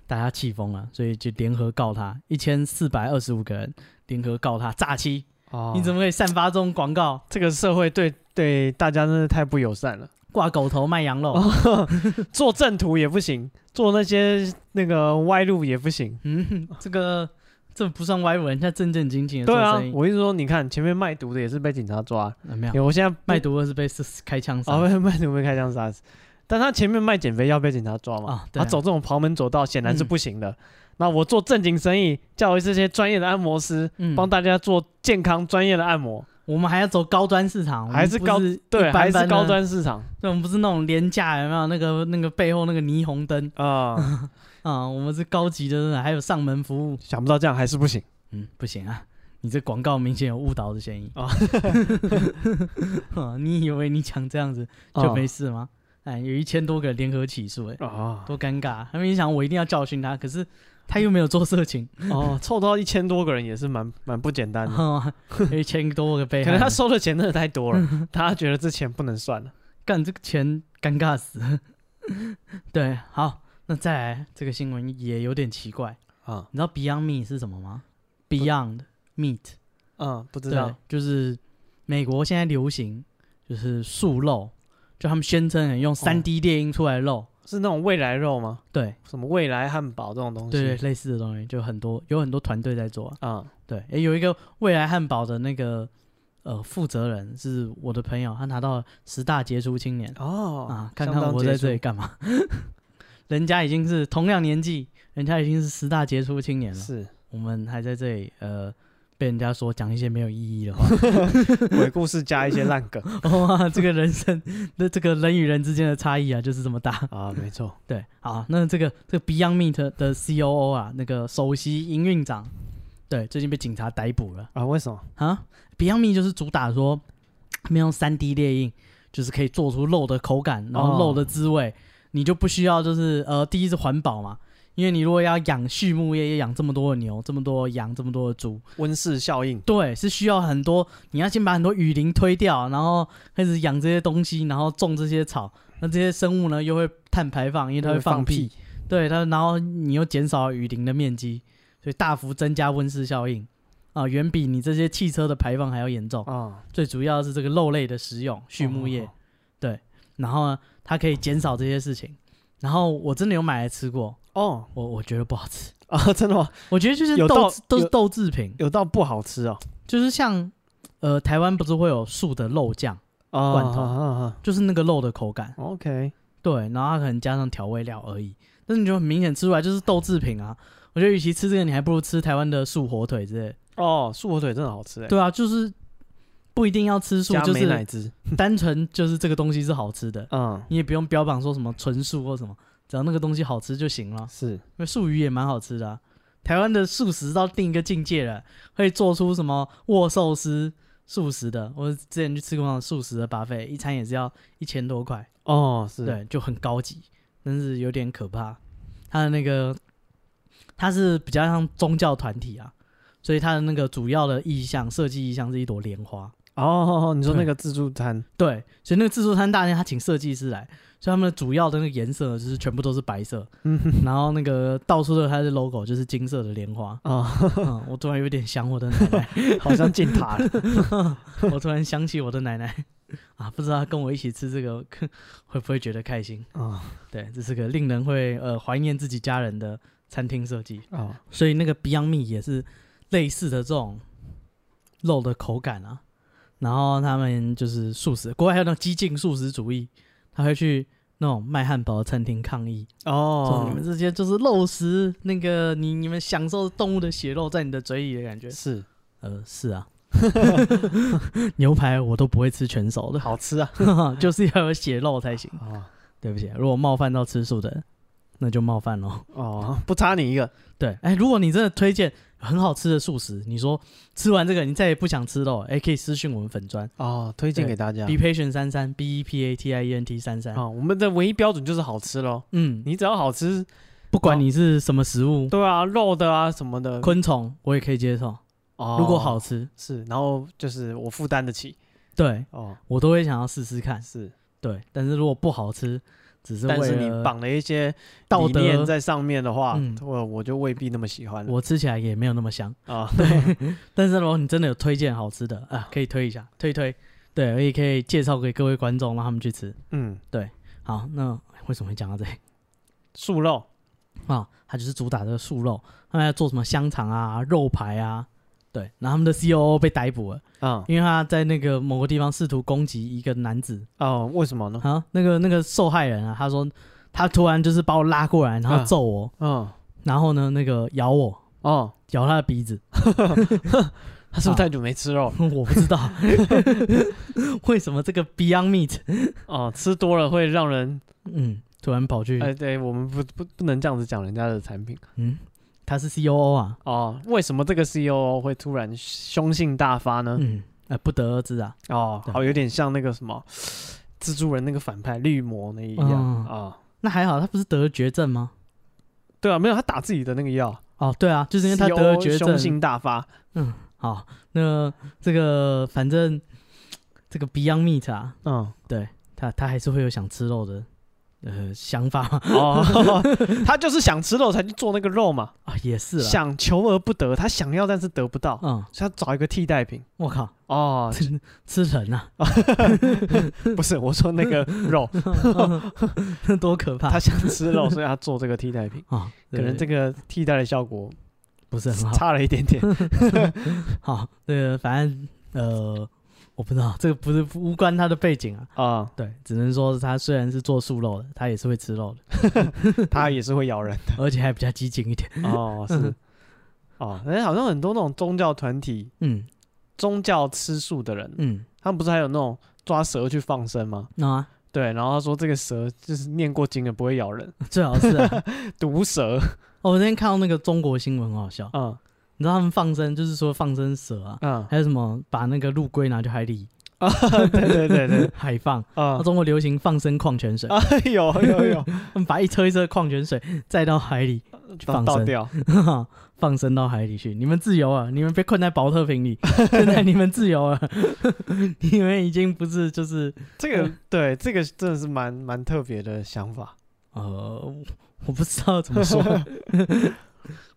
S2: 大家气疯了，所以就联合告他，一千四百二十五个人联合告他诈欺，
S1: 哦，
S2: 你怎
S1: 么
S2: 么可以散发这种广告，
S1: 这个社会对对大家真是太不友善了？
S2: 挂狗头卖羊肉？
S1: 哦做正途也不行，做那些那个歪路也不行。
S2: 嗯， 这个这不算歪文，人家正正经经的
S1: 对
S2: 做
S1: 啊
S2: 生，意。
S1: 我一直说，你看前面卖毒的也是被警察抓，
S2: 啊没有
S1: 欸我现在
S2: 卖毒的是被是是开枪杀
S1: 啊，，被卖毒被开枪杀死，但他前面卖减肥药被警察抓嘛，
S2: 啊对
S1: 他
S2: 啊
S1: 走这种旁门左道显然是
S2: 嗯
S1: 不行的。那我做正经生意，叫这些专业的按摩师
S2: 嗯
S1: 帮大家做健康专业的按摩，
S2: 我们还要走高端市场，我们
S1: 还是
S2: 不
S1: 高对，
S2: 一般
S1: 还
S2: 般啊
S1: 是高
S2: 的，
S1: 端市场
S2: 对我们不是那种廉价有没有？那个那个背后那个霓虹灯
S1: 啊、
S2: 啊，我们是高级的，还有上门服务。
S1: 想不到这样还是不行。
S2: 嗯，不行啊，你这广告明显有误导的嫌疑
S1: 哦
S2: 啊！你以为你讲这样子
S1: 哦
S2: 就没事吗？哎，有一千多个联合起诉，哎，
S1: 啊
S2: 多尴尬、啊！他们想我一定要教训他，可是他又没有做色情，
S1: 哦，凑到一千多个人也是蛮蛮不简单的，
S2: 啊，有一千多个被
S1: 可
S2: 害
S1: 能
S2: 人，
S1: 他收的钱真的太 多了，他觉得这钱不能算了。
S2: 干这个钱尴尬死 了。对，好，那再来这个新闻也有点奇怪，
S1: 啊
S2: 你知道 Beyond Meat 是什么吗？Beyond Meat，
S1: 嗯，不知
S2: 对
S1: 道，
S2: 就是美国现在流行就是素肉，就他们宣称很
S1: 哦
S2: 用三 D 猎鹰出来的肉，
S1: 是那种未来肉吗？
S2: 对
S1: 什么未来汉堡这种东西？
S2: 对，类似的东西，就很多有很多团队在做啊、
S1: 啊
S2: 对，诶有一个未来汉堡的那个呃负责人是我的朋友，他拿到十大杰出青年
S1: 哦
S2: 啊，看
S1: 相
S2: 看
S1: 当
S2: 我
S1: 杰
S2: 在
S1: 出
S2: 这里干嘛？ 人家已经是同样年纪，人家已经是十大杰出青年了，
S1: 是
S2: 我们还在这里呃被人家说讲一些没有意义的话。
S1: 鬼故事加一些烂梗
S2: 哇，这个人生的这个人与人之间的差异啊，就是这么大。
S1: 啊，没错，
S2: 对，好，那这个这个 Beyond Meat 的 COO 啊，那个首席营运长，对，最近被警察逮捕了
S1: 啊，为什么？
S2: 啊。Beyond Meat 就是主打说，没有三 D 列印，就是可以做出肉的口感，然后
S1: 哦
S2: 肉的滋味，你就不需要就是呃，第一是环保嘛，因为你如果要养畜牧业，要养这么多的牛、这么多的羊、这么多的猪，
S1: 温室效应
S2: 对，是需要很多，你要先把很多雨林推掉，然后开始养这些东西，然后种这些草，那这些生物呢又会碳排放，因为它会放屁，，对它，然后你又减少雨林的面积，所以大幅增加温室效应啊、远比你这些汽车的排放还要严重。
S1: 啊，
S2: 最主要是这个肉类的食用，畜牧
S1: 哦
S2: 业，然后呢，它可以减少这些事情。然后我真的有买来吃过，
S1: 哦
S2: 我我觉得不好吃，
S1: 啊，真的吗？
S2: 我觉得就是
S1: 有
S2: 豆
S1: 到
S2: 制都是
S1: 有
S2: 豆制品，
S1: 有到不好吃哦，
S2: 就是像呃台湾不是会有素的肉酱。
S1: 啊
S2: 罐头
S1: 啊啊啊
S2: 就是那个肉的口感，
S1: ，OK，
S2: 对，然后它可能加上调味料而已，但是你就很明显吃出来就是豆制品啊。我觉得与其吃这个，你还不如吃台湾的素火腿之类的。
S1: 哦，素火腿真的好吃哎，
S2: 对啊，就是不一定要吃素，
S1: 加
S2: 就
S1: 美奶
S2: 是
S1: 汁，
S2: 单纯就是这个东西是好吃的，
S1: 嗯，
S2: 你也不用标榜说什么纯素或什么，只要那个东西好吃就行了。
S1: 是
S2: 因为素鱼也蛮好吃的、啊，台湾的素食到另一个境界了，会做出什么握寿司素食的。我之前去吃过那种素食的巴菲，一餐也是要一千多块。
S1: 哦，是，
S2: 对，就很高级，但是有点可怕。他的那个，他是比较像宗教团体啊，所以他的那个主要的意象设计意象是一朵莲花。
S1: 哦，你说那
S2: 对
S1: 个自助餐
S2: 对，所以那个自助餐大店他请设计师来，所以他们的主要的那个颜色就是全部都是白色，
S1: 嗯。
S2: 然后那个到处的它的 logo 就是金色的莲花
S1: 啊，
S2: 嗯，我突然有点想我的奶奶，
S1: 好像进塔了
S2: 我突然想起我的奶奶啊，不知道她跟我一起吃这个 会不会觉得开心？
S1: 啊
S2: 对，这是个令人会呃怀念自己家人的餐厅设计，
S1: 啊，
S2: 所以那个 Beyond Meat 也是类似的这种肉的口感啊。然后他们就是素食，国外还有那种激进素食主义，他会去那种卖汉堡的餐厅抗议，说你
S1: 哦
S2: 们，这些就是肉食，那个你你们享受动物的血肉在你的嘴里的感觉。
S1: 是
S2: 呃，是啊， 牛排我都不会吃全熟
S1: 好吃啊！
S2: 的， 就是要有血肉才行。
S1: 哦
S2: 对不起，如果冒犯到吃素的人，那就冒 犯喽。
S1: 哦，不差你一个，
S2: 对，哎，如果你真的推荐很好吃的素食，你说吃完这个你再也不想吃喽，哎，可以私信我们粉砖、
S1: 哦，推荐给大家
S2: b。patient 三三 b e p a t i e n t 三三。
S1: 啊、我们的唯一标准就是好吃咯。
S2: 嗯，
S1: 你只要好吃，
S2: 不管你是什么食物，
S1: 对啊，肉的啊什么的，
S2: 昆虫我也可以接受，
S1: 哦
S2: 如果好吃，
S1: 是，然后就是我负担得起
S2: 对
S1: 哦，
S2: 我都会想要试试看。
S1: 是，
S2: 对，但是如果不好吃，只是为
S1: 但
S2: 了
S1: 是你绑了一些
S2: 道
S1: 理念
S2: 德，
S1: 在上面的话
S2: 嗯，
S1: 我我就未必那么喜欢了
S2: 我吃起来也没有那么香。
S1: 啊。
S2: 但是如果你真的有推荐好吃的啊，可以推一下，推一推。对，也可以介绍给各位观众，让他们去吃。
S1: 嗯，
S2: 好，那为什么会讲到这里
S1: 素肉
S2: 啊？它就是主打这个素肉，他们在做什么香肠啊、肉排啊。对，然后他们的 COO 被逮捕了，
S1: 啊、
S2: 因为他在那个某个地方试图攻击一个男子
S1: 哦，为什么呢？
S2: 啊，那个那个受害人啊，他说他突然就是把我拉过来，然后
S1: 啊
S2: 揍我，
S1: 嗯，
S2: 然后呢那个咬我，
S1: 哦，
S2: 咬他的鼻子，
S1: 他是不
S2: 啊
S1: 是太久没吃肉？
S2: 我不知道 为什么这个 Beyond Meat，
S1: 哦，吃多了会让人，
S2: 嗯，突然跑去，
S1: 哎、对我们不不不能这样子讲人家的产品
S2: 嗯，他是 COO 啊，
S1: 哦。为什么这个 CEO 会突然凶性大发呢？
S2: 嗯，呃，不得而知啊，
S1: 哦，
S2: 对
S1: 好，有点像那个什么蜘蛛人那个反派绿魔那一样啊、
S2: 嗯
S1: 哦
S2: 那还好，他不是得了绝症吗？
S1: 对啊，没有他打自己的那个药，
S2: 哦，对啊，就是因为他
S1: CEO
S2: 得了绝
S1: 凶
S2: 症，
S1: 性大发。
S2: 嗯，好，那这个反正这个 Beyond Meat 啊，
S1: 嗯，
S2: 他他还是会有想吃肉的呃想法 嘛
S1: 哦，他就是想吃肉才去做那个肉嘛，
S2: 啊，也是啊，
S1: 想求而不得，他想要但是得不到，
S2: 嗯，
S1: 所以他找一个替代品。
S2: 我靠，
S1: 哦，
S2: 吃人啊呐、
S1: 不是，我说那个 肉，
S2: 啊， 多可怕
S1: 他
S2: 啊
S1: 想吃肉，所以他做这个替代品，！
S2: 哦
S1: 可能这
S2: 个
S1: 个替代的效果
S2: 不是很好。
S1: 差了一点点。
S2: 好，那个反正呃，我不知道这个不是无关他的背景啊，
S1: 啊、
S2: 对，只能说他虽然是做素肉的，他也是会吃肉 的，
S1: 他也是会咬 人
S2: 而且还比较激进一点。
S1: 哦，是， 哦，哎，好像很多那种宗教团体
S2: 嗯
S1: 宗教吃素的人，
S2: 嗯，
S1: 他们不是还有那种抓蛇去放生吗？
S2: 那、啊、
S1: 对，然后他说这个蛇就是念过经的不会咬人，
S2: 最好是、啊
S1: 毒蛇。
S2: 哦我那天看到那个中国新闻很好笑，
S1: 嗯
S2: 你知道他们放生就是说放生蛇啊，
S1: 嗯，
S2: 还有什么把那个陆龟拿去海里
S1: 啊，对对对对，
S2: 海放，
S1: 啊
S2: 那，中国流行放生矿泉水，
S1: 啊有有 有，
S2: 他们把一车一车矿泉水载到海里， 放
S1: 倒
S2: 生
S1: 掉，
S2: 放生到海里去。你们自由了，你们被困在保特瓶里， 现在你们自由了， 你们已经不是就是
S1: 这
S2: 嗯
S1: 个对这个真的是蛮蛮特别的想法。
S2: 呃，我不知道怎么说。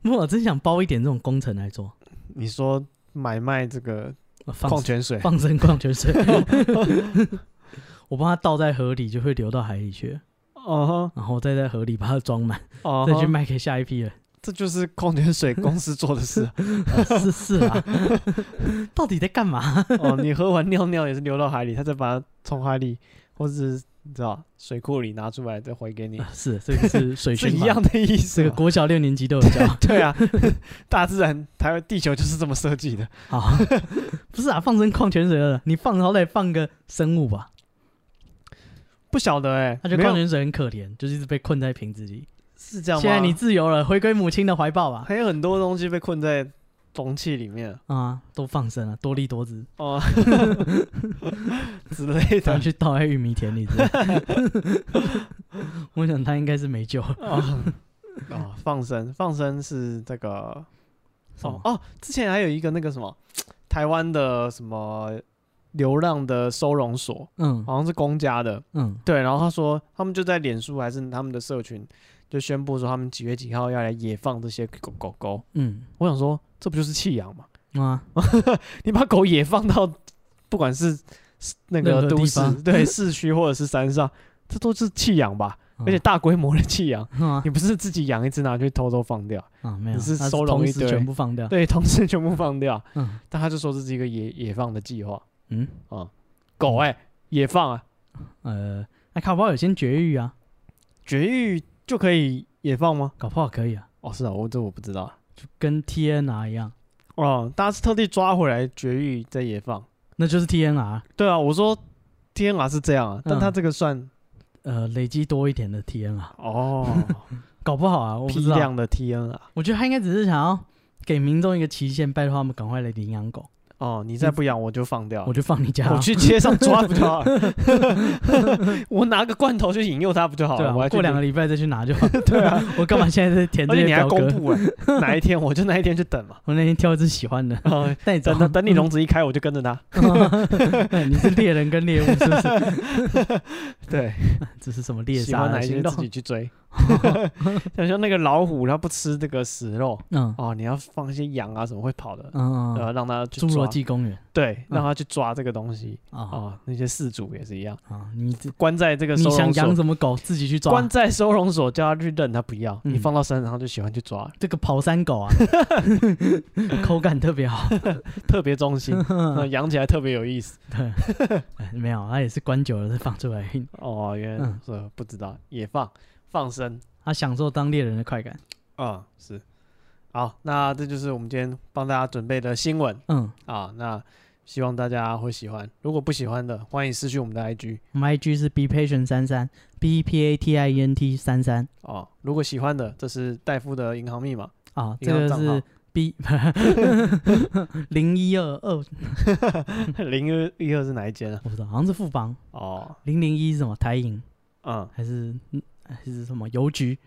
S2: 不过我真想包一点这种工程来做，
S1: 你说买卖这个
S2: 呃放
S1: 矿泉水，
S2: 放生矿泉水， 我帮它倒在河里，就会流到海里去，
S1: 哦
S2: 然后再在河里把它装满，
S1: 哼哦
S2: 再去
S1: 哼，
S2: 卖给下一批人。
S1: 这就是矿泉水公司做的 事
S2: 呃是是啊， 到底在干嘛？
S1: 哦。你喝完尿尿也是流到海里，他再把它从海里或是你知道水库里拿出来再回给你，
S2: 呃 是这个是水
S1: 是
S2: 循
S1: 一
S2: 环
S1: 样，的意思
S2: 这个
S1: 嘛。
S2: 国小六年级都有 教。
S1: 对啊， 大自然台湾地球就是这么设计的。
S2: 好，不是啊，放生矿泉水了，你放好歹放个生物吧。
S1: 不晓得哎、
S2: 他觉得
S1: 没
S2: 矿
S1: 有
S2: 泉水很可怜，就是一直被困在瓶子里。
S1: 是这样吗？
S2: 现在你自由了，回归母亲的怀抱吧。
S1: 还有很多东西被困在容器里面
S2: 啊，都放生了，多利多姿，
S1: 哦 之类
S2: 然
S1: 的
S2: 后。去倒在玉米田里之类的。 我想他应该是没救了。
S1: 哦哦，放生，放生是这个
S2: 什
S1: 哦
S2: 么
S1: 哦，之前还有一个那个什么，台湾的什么流浪的收容所，
S2: 嗯
S1: 好像是公家的，
S2: 嗯
S1: 对，然后他说他们就在脸书还是他们的社群就宣布说他们几月几号要来野放这些狗狗狗，
S2: 嗯
S1: 我想说这不就是弃养吗？
S2: 啊，
S1: 你把狗野放到不管是是那
S2: 任
S1: 个
S2: 何
S1: 都
S2: 地
S1: 市
S2: 方
S1: 对市区或者是山上，这都是弃养吧，而且大规模的弃养。
S2: 嗯啊
S1: 你不是自己养一只拿去偷偷放掉，
S2: 啊没有，
S1: 你是
S2: 他
S1: 收容
S2: 同
S1: 一
S2: 时
S1: 堆
S2: 全部放掉。
S1: 对，同时全部放掉。
S2: 嗯
S1: 但他就说这是一个野野放的计划
S2: 嗯
S1: 啊、狗哎、野放啊，
S2: 呃，那卡包有先绝育啊，
S1: 绝育就可以野放吗？
S2: 搞不好可以啊，
S1: 哦，是啊，我这我不知道啊。
S2: 就跟 TNR 一样。
S1: 哦，大家是特地抓回来绝育再野放。
S2: 那就是 TNR，
S1: 对啊，我说 TNR 是这样啊，
S2: 嗯
S1: 但他这个算、
S2: 呃，累积多一点的 TNR，
S1: 哦
S2: 搞不好啊，我不
S1: 批
S2: 知道。
S1: 量的 TNR。
S2: 我觉得他应该只是想要给民众一个期限，拜托他们赶快来领养狗，
S1: 哦，你再不养我就放掉
S2: 我。就放你家。
S1: 我去街上抓不就好 了？ 我拿个罐头去引诱它不就好
S2: 对
S1: 了？
S2: 啊，
S1: 我还
S2: 我
S1: 去
S2: 过两个礼拜再去拿就 好。对啊，我干嘛现在在填
S1: 而
S2: 这
S1: 且你
S2: 些
S1: 还
S2: 表
S1: 公
S2: 格？
S1: 布哎、 哪一天我就那一天去等嘛。
S2: 我那天挑一只 喜欢的，
S1: 哦，
S2: 带走
S1: 等。等等你笼子一开，我就跟着 它。
S2: 对嗯你是猎人跟猎物是不是？
S1: 对，
S2: 这是什么猎
S1: 喜
S2: 杀
S1: 欢哪
S2: 的
S1: 一
S2: 行
S1: 天就自
S2: 动
S1: 己？去 追。像像那个老虎，它不吃这个死肉
S2: 嗯
S1: 哦，你要放一些羊啊什么会跑的，
S2: 嗯，
S1: 呃，
S2: 嗯
S1: 让它去
S2: 侏
S1: 抓。
S2: 罗纪公园
S1: 对，
S2: 嗯
S1: 让它去抓这个东西
S2: 啊
S1: 哦。那些饲主也是一样，
S2: 啊！你这
S1: 关在这个
S2: 你
S1: 收
S2: 想
S1: 容
S2: 养
S1: 所，
S2: 什么狗，自己去抓
S1: 关。在收容所叫它去认，它不要。
S2: 嗯
S1: 你放到山上，它就喜欢去抓，
S2: 这个跑山 狗啊，口感特别好。
S1: 特别忠 心，
S2: 嗯
S1: 呃养起来特别有意思。
S2: 对，哎没有，它也是关久了再放出来，
S1: 哦，原来
S2: 嗯
S1: 是不知道，也放放生
S2: 它享受当猎人的快感。
S1: 啊，是。好，那这就是我们今天帮大家准备的新闻。
S2: 嗯，
S1: 啊，那希望大家会喜欢。如果不喜欢的，欢迎私讯我们的 IG
S2: 我们 IG 是 be patient 三三 b p a t i e n t 三三
S1: 哦。如果喜欢的，这是戴夫的银行密码，
S2: 啊，
S1: 银
S2: 这
S1: 行
S2: 个
S1: 账
S2: 是 b 零一二二，
S1: 零二一二是哪一间啊？
S2: 我不知道，好像是富邦
S1: 哦，
S2: 零零一是什么台银
S1: 嗯，
S2: 还是嗯还是什么邮局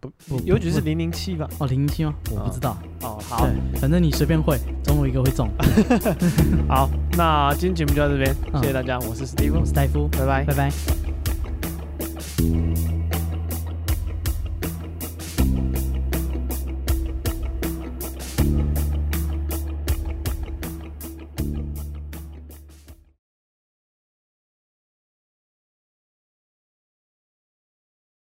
S1: 不不
S2: 不，
S1: 邮局是零零七吧？
S2: 哦零零七吗？我不知道，
S1: 哦，好
S2: 对，反正你随便会，总有一个会中。
S1: 好，那今天节目就到这边，
S2: 嗯
S1: 谢谢大家，我是史蒂夫
S2: 我，是戴夫，
S1: 拜拜
S2: 拜。拜。